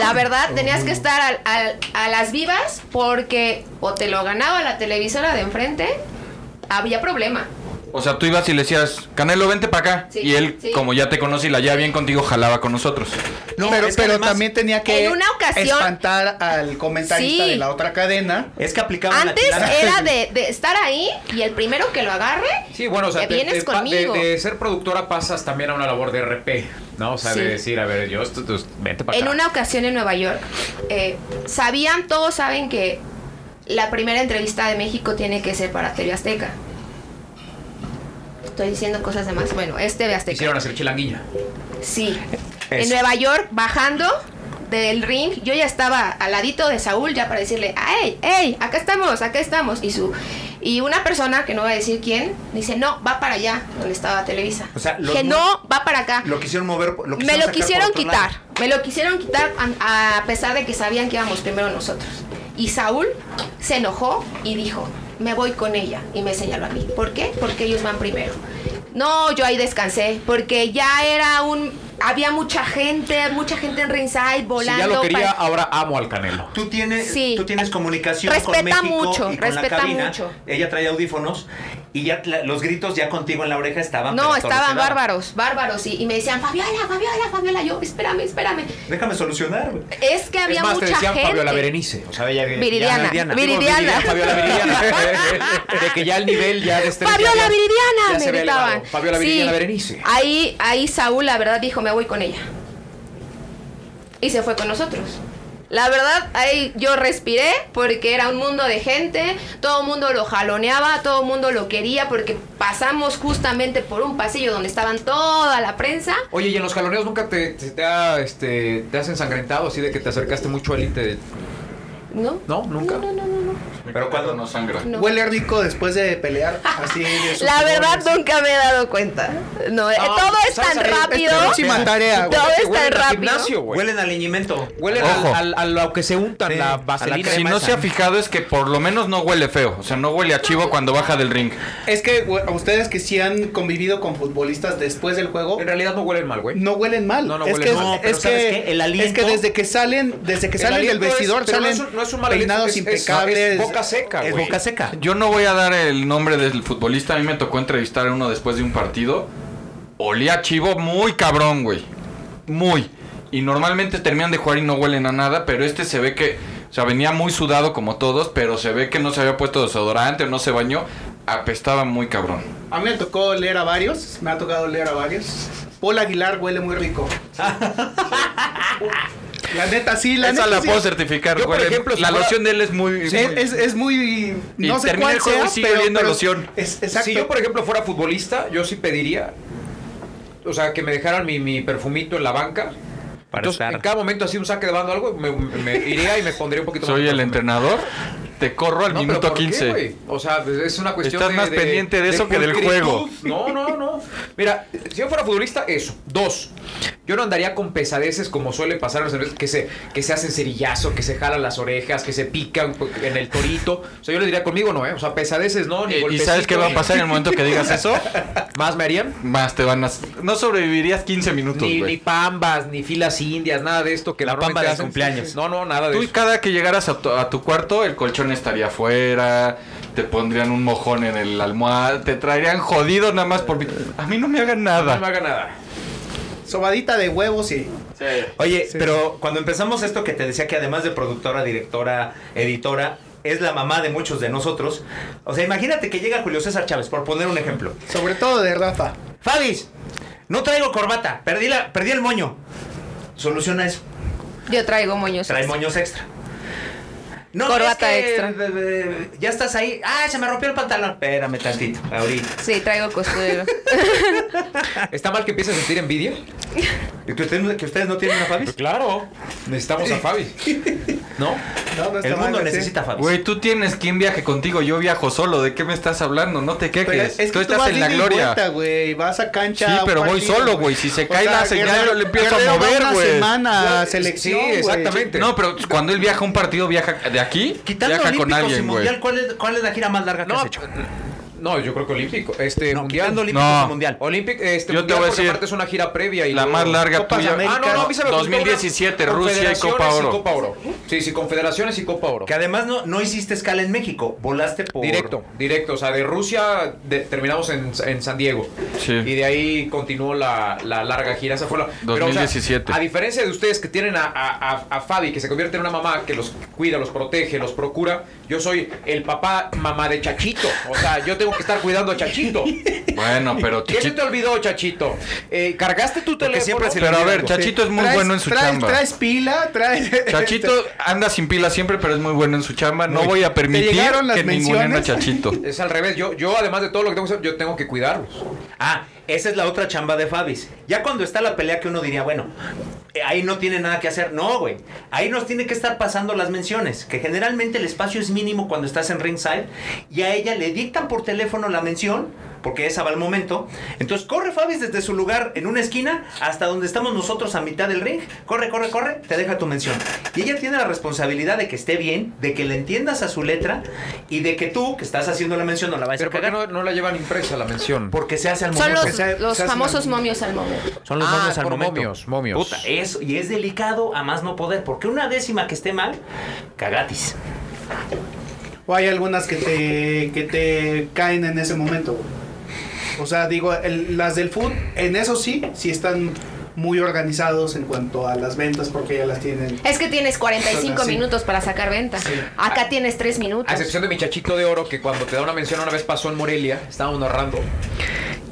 S7: La
S6: Oh,
S7: verdad, tenías que estar al- al- a las vivas porque o te lo ganaba la televisora de enfrente, había problema.
S4: O sea, tú ibas y le decías, Canelo, vente para acá.
S7: Sí,
S4: y él,
S7: sí.
S4: como ya te conoce y la lleva bien contigo, jalaba con nosotros.
S5: No, pero,
S3: es que
S5: pero
S3: además-
S5: también tenía que
S7: En una ocasión-
S5: espantar al comentarista
S7: Sí.
S5: de la otra cadena.
S3: Es que aplicaban la
S7: Antes
S3: tirada.
S7: era de, de estar ahí y el primero que lo agarre,
S6: Sí, bueno, o sea,
S7: te
S6: te-
S7: vienes
S6: te pa- de,
S7: conmigo.
S6: de ser productora pasas también a una labor de RP, ¿no? O sea,
S7: Sí.
S6: de decir, a ver, yo, esto, esto- vente para
S7: En
S6: acá.
S7: una ocasión en Nueva York, eh, sabían, todos saben que la primera entrevista de México tiene que ser para TV Azteca. Estoy diciendo cosas de más. Bueno, es TV Azteca.
S6: Quisieron hacer chilanguilla.
S7: Sí.
S3: Es.
S7: En Nueva York, bajando del ring, yo ya estaba al ladito de Saúl ya para decirle, ¡Ey, ey! Acá estamos, acá estamos. Y su y una persona, que no voy a decir quién, dice, no, va para allá, donde estaba Televisa.
S3: O sea, los
S7: que
S3: mu-
S7: no, va para acá.
S3: Lo quisieron mover. Lo
S7: me
S3: sacar
S7: lo
S3: por
S7: quisieron
S3: otro
S7: quitar,
S3: lado.
S7: me lo quisieron quitar a, a pesar de que sabían que íbamos primero nosotros. Y Saúl se enojó y dijo, me voy con ella y me señaló a mí. ¿Por qué? Porque ellos van primero. No, yo ahí descansé porque ya era un... Había mucha gente, mucha gente en ringside
S6: Si
S7: volando.
S6: ya lo quería, ah,
S7: para-
S6: ahora amo al Canelo.
S3: Tú tienes,
S7: Sí.
S3: tú tienes comunicación
S7: Respeta
S3: con México
S7: mucho,
S3: y con
S7: respeta
S3: la cabina.
S7: mucho.
S3: Ella trae audífonos y ya la- los gritos ya contigo en la oreja estaban. pero
S7: No,
S3: hasta
S7: estaban
S3: donde daban.
S7: bárbaros, bárbaros. Y, y me decían, Fabiola, Fabiola, Fabiola. Yo, espérame, espérame.
S3: Déjame solucionar. güey.
S7: Es que había
S6: es más,
S7: mucha
S6: te decían
S7: gente.
S6: Fabiola Berenice. O sea, ella ya no es
S7: Viridiana,
S6: Diana.
S7: Viridiana.
S6: Digo, Fabiola Viridiana. de que ya el nivel ya de este
S7: Fabiola
S6: ya-
S7: Viridiana,
S6: ya
S7: me
S6: se ve
S7: gritaban.
S6: elevado. Fabiola Viridiana
S7: Sí.
S6: Berenice.
S7: Ahí, ahí Saúl, la verdad, dijo, me voy con ella. Y se fue con nosotros. La verdad, ahí yo respiré porque era un mundo de gente, todo el mundo lo jaloneaba, todo el mundo lo quería porque pasamos justamente por un pasillo donde estaban toda la prensa.
S6: Oye, ¿y en los jaloneos nunca te, te, te ha, este, te has ensangrentado así de que te acercaste mucho al inte?
S7: ¿No?
S6: No, nunca.
S7: No, no, no, no.
S3: Pero cuando
S4: no
S3: nos.
S4: sangra.
S7: no.
S5: Huele rico después de pelear. Así de sus
S7: La verdad,
S5: colores.
S7: nunca me he dado cuenta. No, eh,
S6: Ah,
S7: todo es
S6: ¿sabes?
S7: tan
S6: Es- es
S7: rápido.
S5: Próxima tarea, güey.
S7: Todo es
S6: Huelen
S7: tan
S6: al
S7: rápido.
S6: gimnasio, güey.
S3: Huelen a leñimiento.
S6: Huelen
S4: Ojo.
S6: al, al, a lo que se untan
S3: Sí,
S6: la
S3: a la
S6: vaselina.
S3: crema
S4: Si no se ha fijado es que por lo menos no huele feo. O sea, no huele a chivo cuando baja del ring.
S5: Es que güey, a ustedes que sí han convivido con futbolistas después del juego,
S6: En realidad no huelen mal, güey.
S5: no huelen mal.
S6: No, no
S5: es
S6: huelen
S5: que,
S6: mal.
S3: No, pero
S5: es,
S3: ¿sabes
S5: que,
S3: qué? El aliento-
S5: es que desde que salen, desde que
S6: El
S5: salen del
S6: aliento es-
S5: vestidor,
S6: pero no
S5: salen
S6: es un- no es un mal aliento,
S5: peinados
S6: es- es-
S5: impecables.
S6: es boca seca,
S3: Es
S6: güey.
S3: boca seca.
S4: Yo no voy a dar el nombre del futbolista. A mí me tocó entrevistar a uno después de un partido. Olía a chivo muy cabrón, güey. Muy. Y normalmente terminan de jugar y no huelen a nada, pero este se ve que, o sea, venía muy sudado como todos, pero se ve que no se había puesto desodorante, no se bañó, apestaba muy cabrón.
S5: A mí me tocó leer a varios, me ha tocado leer a varios. Paul Aguilar huele muy rico. la neta, sí, la
S4: Esa
S5: neta.
S4: la
S5: sí.
S4: puedo certificar.
S6: Yo, por
S4: huele-
S6: ejemplo, si
S4: la
S6: fuera-
S4: loción de él es muy...
S5: Es,
S4: muy-
S5: es, es muy.
S4: Y
S5: No sé
S4: termina
S5: cuál
S4: el juego y
S5: sea,
S4: sigue
S5: pero,
S4: oliendo a
S5: pero-
S4: loción.
S5: Es, exacto.
S6: Si yo, por ejemplo, fuera futbolista, yo sí pediría, o sea, que me dejaran mi, mi perfumito en la banca.
S3: Para
S6: Entonces,
S3: estar.
S6: en cada momento así un saque de bando o algo, me, me iría y me pondría un poquito más.
S4: Soy
S6: de
S4: el
S6: perfume.
S4: entrenador, te corro al
S6: No, pero
S4: minuto
S6: ¿por qué,
S4: 15.
S6: güey? o sea, pues, es una cuestión
S4: Estás
S6: de-
S4: más
S6: de-
S4: pendiente de eso que del
S6: pulcritud.
S4: juego.
S6: No, no, no. Mira, si yo fuera futbolista, eso. Dos, yo no andaría con pesadeces como suele pasar a los entrenadores, que se, que se hacen cerillazo, que se jalan las orejas, que se pican en el torito. O sea, yo les diría conmigo no, ¿eh? O sea, pesadeces no, ni
S4: Eh, ¿Y
S6: golpecito,
S4: sabes qué va a
S6: ni-
S4: pasar en el momento que digas eso?
S6: ¿Más me harían?
S4: Más te van a... No sobrevivirías 15 minutos,
S6: Ni, ni
S4: güey.
S6: pambas, ni filas indias, nada de esto que
S3: La
S6: normalmente
S3: pamba de
S6: hacen.
S3: cumpleaños.
S6: No, no, nada de
S4: Tú
S6: eso.
S4: cada que llegaras a tu, a tu cuarto, el colchón estaría afuera, te pondrían un mojón en el almohada, te traerían jodido nada más por... mi- A mí no me hagan
S6: No me
S4: nada.
S6: haga nada.
S5: Sobadita de huevos y.
S3: Oye, pero cuando empezamos esto que te decía que además de productora, directora, editora, es la mamá de muchos de nosotros. O sea, imagínate que llega Julio César Chávez, por poner un ejemplo.
S5: Sobre todo de Rafa.
S3: Fabis, no traigo corbata, perdí, la, perdí el moño. Soluciona eso,
S7: Yo traigo moños.
S3: trae moños extra. No,
S7: Corbata extra.
S3: be- be- eh, Ya estás ahí. Ah, se me rompió el pantalón. Espérame tantito, ahorita.
S7: Sí, traigo costurero.
S6: ¿Está mal que empieces a sentir envidia?
S3: ¿Y que ustedes, que ustedes no tienen una Fabis?
S6: Pues Claro. Necesitamos a Fabi. ¿No?
S5: No, no está
S3: El
S5: mal,
S3: mundo
S5: sí.
S3: necesita Fabis.
S4: Güey, tú tienes quien viaje contigo, yo viajo solo, ¿de qué me estás hablando? No te
S5: Pero
S4: quejes,
S5: es que
S4: tú estás
S5: vas
S4: en la
S5: ida y
S4: gloria.
S5: vuelta, güey. Vas a cancha.
S4: Sí,
S5: a un
S4: pero voy solo, güey. Si se cae la señal, yo le empiezo a
S5: Guerrero va
S4: mover,
S5: una
S4: güey.
S5: semana a
S6: Sí,
S5: selección. güey.
S6: exactamente.
S4: No, pero cuando él viaja a un partido, viaja de aquí,
S3: Quitando
S4: viaja con
S3: Olímpicos y
S4: alguien, güey.
S3: Mundial, ¿cuál es, ¿cuál es la gira más larga que
S6: No,
S3: has hecho?
S6: No, yo creo que olímpico. Este,
S3: No,
S6: mundial.
S3: quitando olímpicos
S4: No.
S3: y mundial.
S6: Olympic, este,
S4: Yo te
S6: mundial,
S4: voy a
S6: porque
S4: decir,
S6: aparte es una gira previa y
S4: la
S6: luego-
S4: más larga
S6: Copas
S4: tuya.
S6: América. Ah, no, no, a mí se me juntó una-
S4: 2017, Rusia y Copa
S6: Confederaciones
S4: Oro.
S6: Y Copa Oro. Sí, sí, confederaciones y Copa Oro.
S3: Que además no, no hiciste escala en México, volaste por...
S6: Directo, directo. O sea, de Rusia de- terminamos en, en San Diego.
S4: Sí.
S6: Y de ahí continuó la, la larga gira. Esa fue la. pero, o sea,
S4: 2017.
S6: a diferencia de ustedes que tienen a, a- a- a Fabi, que se convierte en una mamá que los cuida, los protege, los procura, yo soy el papá mamá de Chachito. O sea, yo tengo que estar cuidando a Chachito.
S4: Bueno, pero
S6: ¿Qué se
S4: Chachito.
S6: te olvidó, Chachito? Eh, ¿Cargaste tu teléfono?
S3: siempre se le
S4: Pero a
S3: olvida
S4: ver,
S3: algo.
S4: Chachito es muy
S5: Traes-
S4: bueno en su
S5: traes-
S4: chamba.
S5: Traes pila, traes.
S4: Chachito anda sin pila siempre, pero es muy bueno en su chamba. No
S5: Muy-
S4: voy a
S5: ¿Te
S4: permitir
S5: llegaron las
S4: que ninguno a
S5: menciones?
S4: Chachito.
S6: Es al revés. Yo, yo, además de todo lo que tengo que hacer, yo tengo que cuidarlos.
S3: Ah, esa es la otra chamba de Fabis. Ya cuando está la pelea que uno diría, bueno, eh, ahí no tiene nada que hacer. No, güey. Ahí nos tiene que estar pasando las menciones, que generalmente el espacio es mínimo cuando estás en ringside y a ella le dictan por teléfono la mención, porque esa va al momento. Entonces corre Fabis desde su lugar en una esquina hasta donde estamos nosotros a mitad del ring. Corre, corre, corre, te deja tu mención. Y ella tiene la responsabilidad de que esté bien, de que le entiendas a su letra y de que tú, que estás haciendo la mención, no la vayas
S6: Pero
S3: a
S6: ¿por qué
S3: cagar.
S6: no, no la llevan impresa la mención?
S3: Porque se hace al
S7: Son
S3: momento.
S7: los,
S5: se-
S7: los
S5: se hace
S7: famosos
S5: la-
S7: momios al momento.
S3: Son los
S6: Ah,
S3: momios al
S6: por
S3: momento.
S6: momios, momios.
S3: Puta, eso, y es delicado a más no poder, porque una décima que esté mal, cagatis.
S5: O hay algunas que te, que te caen en ese momento. güey. O sea, digo, el- las del food, en eso sí, sí están muy organizados en cuanto a las ventas porque ya las tienen.
S7: Es que tienes 45
S5: Son así.
S7: minutos para sacar ventas. Acá tienes
S6: Ah,
S7: 3
S6: A
S7: minutos.
S6: excepción de mi chachito de oro, que cuando te da una mención, una vez pasó en Morelia, estábamos narrando,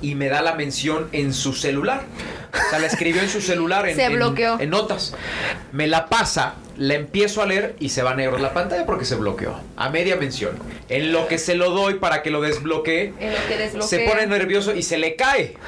S6: y me da la mención en su celular. O sea, la escribió en su celular. En,
S7: Se
S6: en-
S7: bloqueó.
S6: En, notas. Me la pasa, la empiezo a leer y se va negro la pantalla porque se bloqueó. A media mención. En lo que se lo doy para que lo desbloquee,
S7: En lo que desbloquea.
S6: se pone nervioso y se le cae.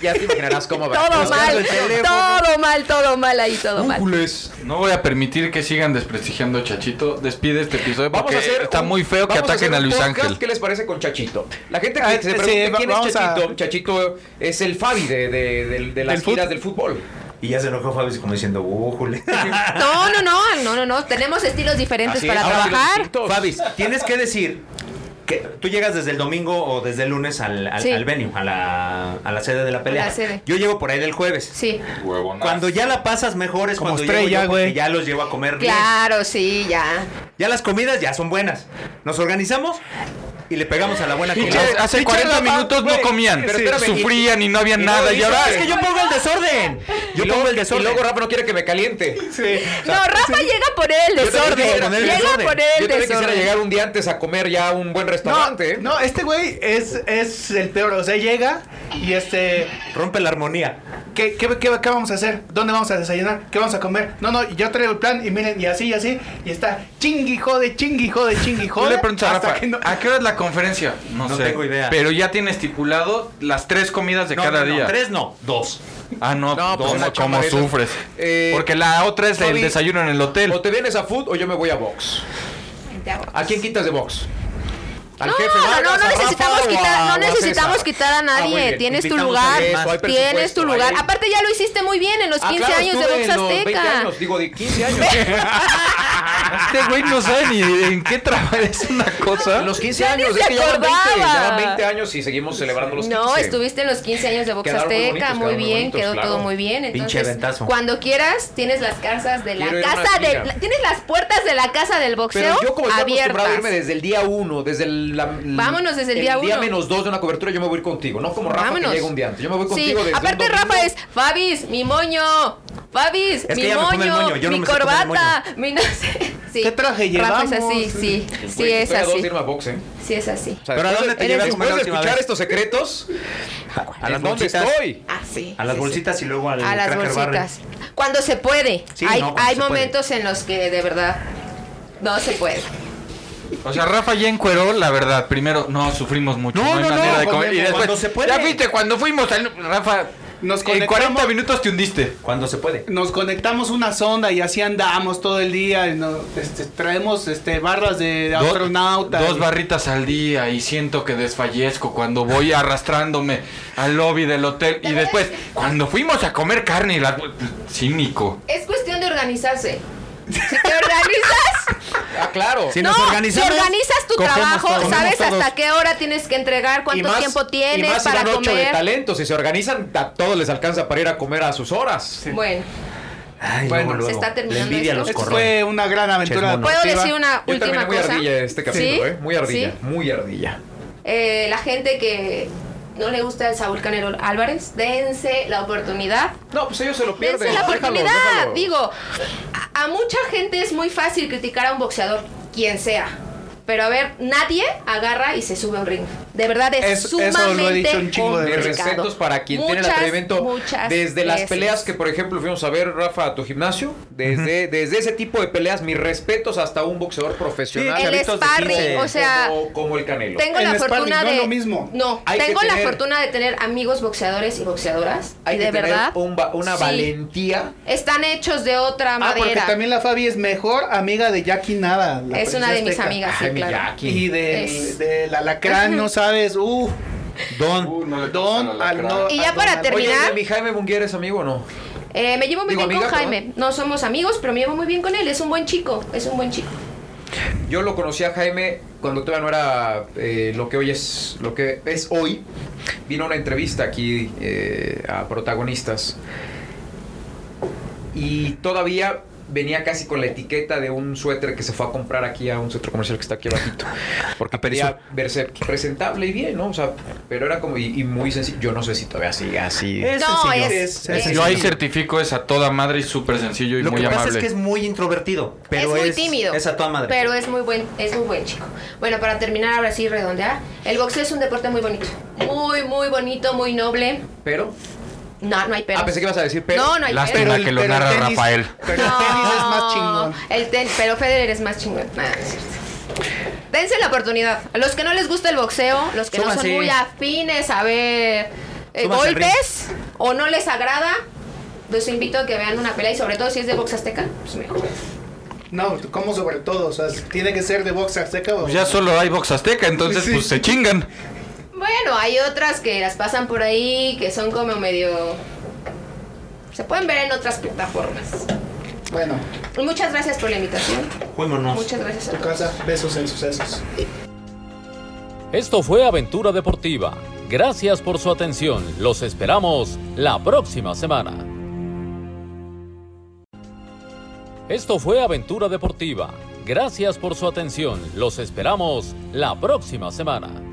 S6: Ya te imaginarás cómo va.
S7: Todo mal, todo mal, todo mal ahí, todo mal.
S6: Ujules.
S4: No voy a permitir que sigan desprestigiando a Chachito. Despide este episodio
S6: Vamos
S4: porque
S6: a hacer
S4: está
S6: un-
S4: muy feo que
S6: vamos
S4: ataquen
S6: hacer
S4: a
S6: un
S4: Luis
S6: podcast.
S4: Ángel.
S6: ¿Qué les parece con Chachito? La gente
S5: Ah,
S6: que se
S5: sí,
S6: pregunta
S5: va-
S6: quién es
S5: vamos a-
S6: Chachito, Chachito es el Fabi de, de- de- de las
S5: ¿Del fut-
S6: giras del fútbol.
S3: Y ya se enojó Fabi como diciendo,
S6: "Uh,
S3: ¡újule!
S7: No, no, no, no, no, no. Tenemos estilos diferentes para trabajar.
S3: Fabis, tienes que decir que tú llegas desde el domingo o desde el lunes al, al,
S7: Sí.
S3: al venue, a la, a la sede de la pelea.
S7: A la sede.
S3: Yo llego por ahí del jueves.
S7: Sí.
S4: Huevonazo.
S3: Cuando ya la pasas mejor es
S5: Como
S3: cuando
S5: estrella,
S3: llego yo, porque
S5: güey.
S3: ya los llevo a comer bien.
S7: Claro, sí, ya.
S3: Ya las comidas ya son buenas. Nos organizamos y le pegamos a la buena comida.
S4: Hace- Hace 40 minutos no comían,
S6: pero espérame, y-
S4: sufrían y no había
S6: y
S4: nada.
S6: luego
S4: Y
S6: dices,
S4: ahora
S6: "Es que
S3: yo pongo el desorden. Yo
S6: Y
S3: pongo
S6: luego-
S3: el desorden.
S6: Y luego Rafa no quiere que me caliente.
S7: no, Rafa llega a poner el
S6: Yo también
S7: desorden.
S6: quisiera poner el
S7: llega
S6: desorden.
S7: a poner
S6: Yo
S7: el
S6: también quisiera
S7: desorden.
S6: llegar un día antes a comer ya a un buen
S5: No,
S6: restaurante. ¿eh?
S5: no, este güey es, es el peor. O sea, llega y este.
S3: Rompe la armonía.
S5: ¿qué, qué, qué, qué vamos a hacer? ¿Dónde vamos a desayunar? ¿Qué vamos a comer? No, no, yo traigo el plan y miren, y así, y así. Y está chingui jode, chingui jode, chingui
S4: Tú
S5: jode.
S4: le preguntas a
S5: hasta
S4: Rafa, "Ah,
S5: que no-
S4: ¿a qué hora es la conferencia? No,
S3: No
S4: sé.
S3: tengo idea.
S4: Pero ya tiene estipulado las tres comidas de
S3: No,
S4: cada
S3: no, no,
S4: día.
S3: tres no, dos.
S4: Ah, no,
S6: No, pues
S4: ¿cómo, cómo
S6: una chamarrita.
S4: sufres?
S6: Eh,
S4: Porque la otra es el
S6: Fabi,
S4: desayuno en el hotel.
S6: O te vienes a food o yo me voy a box. ¿A quién quitas de box? ¿Al
S7: No,
S6: jefe
S7: no,
S6: Vargas,
S7: no,
S6: a
S7: no
S6: "Ah, Rafa
S7: necesitamos
S6: o a-
S7: quitar,
S6: o
S7: no
S6: a
S7: necesitamos
S6: César?
S7: quitar a
S6: Ah, muy
S7: nadie.
S6: bien.
S7: tienes tu
S3: Invitamos a
S7: lugar,
S3: alguien
S6: más. Hay
S7: tienes
S6: presupuesto,
S7: tu lugar.
S6: hay-
S7: Aparte ya lo hiciste muy bien en los
S6: Ah,
S7: 15
S6: claro,
S7: años de
S6: estuve
S7: Box
S6: en los 20
S7: Azteca.
S6: años, digo, de 15 años.
S4: Este güey no sabe ni en qué trabaja. Es una cosa.
S6: En los 15
S7: Ya ni
S6: años,
S7: se
S6: es que ya van 20,
S7: acordaba.
S6: ya van 20 años y seguimos celebrando los 15.
S7: No, estuviste en los 15 años de Box
S6: Quedaron muy
S7: Azteca,
S6: bonitos,
S7: muy
S6: quedaron muy
S7: bien,
S6: bonitos,
S7: quedó
S6: claro.
S7: todo muy bien.
S3: Pinche
S7: Entonces,
S3: ventazo.
S7: cuando quieras, tienes las casas de la
S6: Quiero ir a una
S7: casa del.
S6: gira.
S7: Tienes las puertas de la casa del
S6: Pero
S7: boxeo
S6: yo como estoy acostumbrado a irme
S7: abiertas.
S6: desde el día 1, desde el... la- la-
S7: Vámonos desde el día
S6: El día
S7: uno.
S6: menos 2 de una cobertura yo me voy a ir contigo, no como Rafa
S7: Vámonos.
S6: que llega un día antes. Yo me voy
S7: Sí,
S6: contigo desde un
S7: aparte
S6: domingo.
S7: Rafa es Fabis, mi moño. Fabis,
S3: que
S7: mi
S3: ella me pone el
S7: moño,
S3: moño, yo no
S7: mi
S3: me sé poner el
S7: corbata, mi no sé. Sí.
S5: ¿Qué traje
S7: Rafa es
S5: llevamos?
S7: así, sí, sí
S6: Güey,
S7: es
S6: estoy a dos de
S7: así.
S6: irme a box, ¿eh?
S7: Sí es así.
S6: O sea,
S3: Pero ¿a
S6: después
S3: dónde
S6: de-
S3: te llevaron a comer la
S6: Después de
S3: última
S6: escuchar
S3: vez?
S6: estos secretos,
S3: A las
S6: ¿en dónde
S3: bolsitas.
S6: estoy?
S7: Así.
S3: A las
S7: sí, sí.
S3: bolsitas y luego al
S7: a las
S3: Cracker Barrel.
S7: bolsitas. Cuando se puede.
S3: Sí,
S7: hay
S3: no, cuando
S7: hay
S3: se puede.
S7: momentos en los que de verdad no se puede.
S4: O sea, Rafa ya encueró, la verdad. Primero, no, sufrimos mucho. No,
S5: No,
S4: hay
S5: no, no,
S4: manera de comer.
S5: cuando-
S4: Y después,
S3: cuando se puede.
S4: Ya viste, cuando fuimos, al- Rafa,
S5: Nos
S4: en
S5: conectamos.
S4: 40 minutos te hundiste.
S3: Cuando se puede.
S5: Nos conectamos una sonda y así andamos todo el día. y no- este, traemos este, barras de
S4: Do-
S5: astronauta.
S4: Dos
S5: y-
S4: barritas al día y siento que desfallezco cuando voy arrastrándome al lobby del hotel. Y después, cuando fuimos a comer carne, la... cínico.
S7: Es cuestión de organizarse. Si te organizas,
S6: Ah, claro.
S10: Si
S7: no,
S10: nos organizamos,
S7: si organizas tu
S10: cogemos
S7: trabajo,
S10: todos.
S7: sabes
S10: Cogemos
S7: hasta
S10: todos.
S7: qué hora tienes que entregar, cuánto tiempo tienes
S6: y más si
S7: para
S6: van ocho de
S7: comer.
S6: talento. Si se organizan, a todos les alcanza para ir a comer a sus horas.
S7: Bueno,
S3: Ay,
S6: Bueno,
S3: luego,
S7: se
S3: luego.
S7: está terminando
S3: La envidia
S7: esto.
S3: los
S7: Esto
S3: corroe.
S5: Fue una gran aventura
S3: Chesmono.
S7: puedo
S5: deportiva.
S7: decir una
S6: Hoy
S7: última
S6: también muy
S7: cosa.
S6: ardilla este capítulo,
S7: ¿Sí?
S6: ¿eh? Muy ardilla,
S7: ¿Sí?
S6: muy ardilla.
S7: Eh, la gente que no le gusta el Saúl Canelo Álvarez, dense la oportunidad
S6: No, pues ellos se lo pierden.
S7: Dense la
S6: Déjalo,
S7: oportunidad.
S6: déjalo.
S7: Digo, a, a mucha gente es muy fácil criticar a un boxeador, quien sea. Pero a ver, nadie agarra y se sube a un ring. De verdad es,
S5: Es- eso lo he
S7: sumamente
S5: dicho un chingo de
S6: Mis
S7: complicado.
S5: veces.
S6: respetos para quien tiene el
S7: Muchas,
S6: atrevimiento
S7: muchas
S6: desde las
S7: veces.
S6: peleas que por ejemplo fuimos a ver Rafa a tu gimnasio desde, desde ese tipo de peleas mis respetos hasta un boxeador profesional
S3: Sí,
S7: El
S3: chavitos de
S7: sparring,
S3: 15.
S7: o sea,
S6: como, como el Canelo
S7: tengo
S5: El
S7: la
S5: sparring
S7: fortuna
S5: no
S7: de
S5: es lo mismo.
S7: No,
S6: Hay que
S7: tengo la
S6: tener-
S7: fortuna de tener amigos boxeadores y boxeadoras
S6: hay
S7: y
S6: que
S7: de
S6: tener
S7: verdad
S6: un va- una
S7: sí,
S6: valentía
S7: están hechos de otra
S5: Ah,
S7: madera.
S5: porque también la Fabi es mejor amiga de Jackie Nada. la
S7: es una
S5: princesa
S7: de mis
S5: azteca.
S7: amigas, sí,
S6: Ay, mi
S7: claro.
S6: Jackie.
S5: Y del,
S7: Es.
S5: del alacrán, no sabes. Uh,
S4: Uh, no le
S5: don,
S4: gustan al
S5: al,
S4: alacrán.
S5: no,
S7: Y ya
S5: al
S7: para
S5: don, al-
S7: terminar-
S6: Oye, ¿y mi Jaime Bunguer es amigo o no?
S7: Eh, me llevo muy
S6: Digo,
S7: bien
S6: amiga,
S7: con Jaime. No somos amigos, pero me llevo muy bien con él. Es un buen chico, es un buen chico.
S6: Yo lo conocí a Jaime cuando todavía no era eh, lo que hoy es lo que es hoy. Vino a una entrevista aquí eh, a protagonistas y todavía venía casi con la etiqueta de un suéter que se fue a comprar aquí a un centro comercial que está aquí abajito. Porque quería verse presentable y bien, ¿no? O sea, pero era como y, y muy sencillo. Yo no sé si todavía sigue así.
S3: Es
S7: No,
S3: sencillo.
S7: es-
S3: Es-
S7: es-
S3: es
S4: Yo ahí
S3: sencillo.
S4: certifico es a toda madre y súper sencillo y
S3: Lo
S4: muy
S3: que
S4: amable.
S3: pasa es que es muy introvertido, pero
S7: es
S3: es,
S7: muy tímido.
S3: Es a toda madre.
S7: Pero es muy buen, es muy buen chico. Bueno, para terminar ahora sí redondear, el boxeo es un deporte muy bonito, muy muy bonito, muy noble.
S6: Pero
S7: No, no hay pero.
S6: ah, pensé que ibas a decir pero.
S7: No, no hay
S4: Lástima
S7: pero.
S5: el-
S4: que lo
S5: pero el
S4: narra
S5: tenis-
S4: Rafael.
S5: Pero el tenis es más chingón.
S7: El ten- pero Federer es más chingón. Nada, no es cierto. Dense la oportunidad. A los que no les gusta el boxeo, los que no son
S3: Súbanse.
S7: muy afines a ver eh,
S3: Súbanse al
S7: golpes o no les agrada, los invito a que vean una pelea y sobre todo si es de box azteca, pues mejor.
S5: No, como sobre todo, o sea, tiene que ser de box azteca o...
S4: Pues ya solo hay box azteca, entonces
S5: Sí.
S4: pues se chingan.
S7: Bueno, hay otras que las pasan por ahí, que son como medio... Se pueden ver en otras plataformas.
S5: Bueno,
S7: Y Muchas gracias por la invitación.
S3: Juémonos.
S7: Muchas gracias a
S5: tu
S7: todos.
S5: casa, besos en sucesos.
S11: Esto fue Aventura Deportiva. Gracias por su atención. Los esperamos la próxima semana. Esto fue Aventura Deportiva. Gracias por su atención. Los esperamos la próxima semana.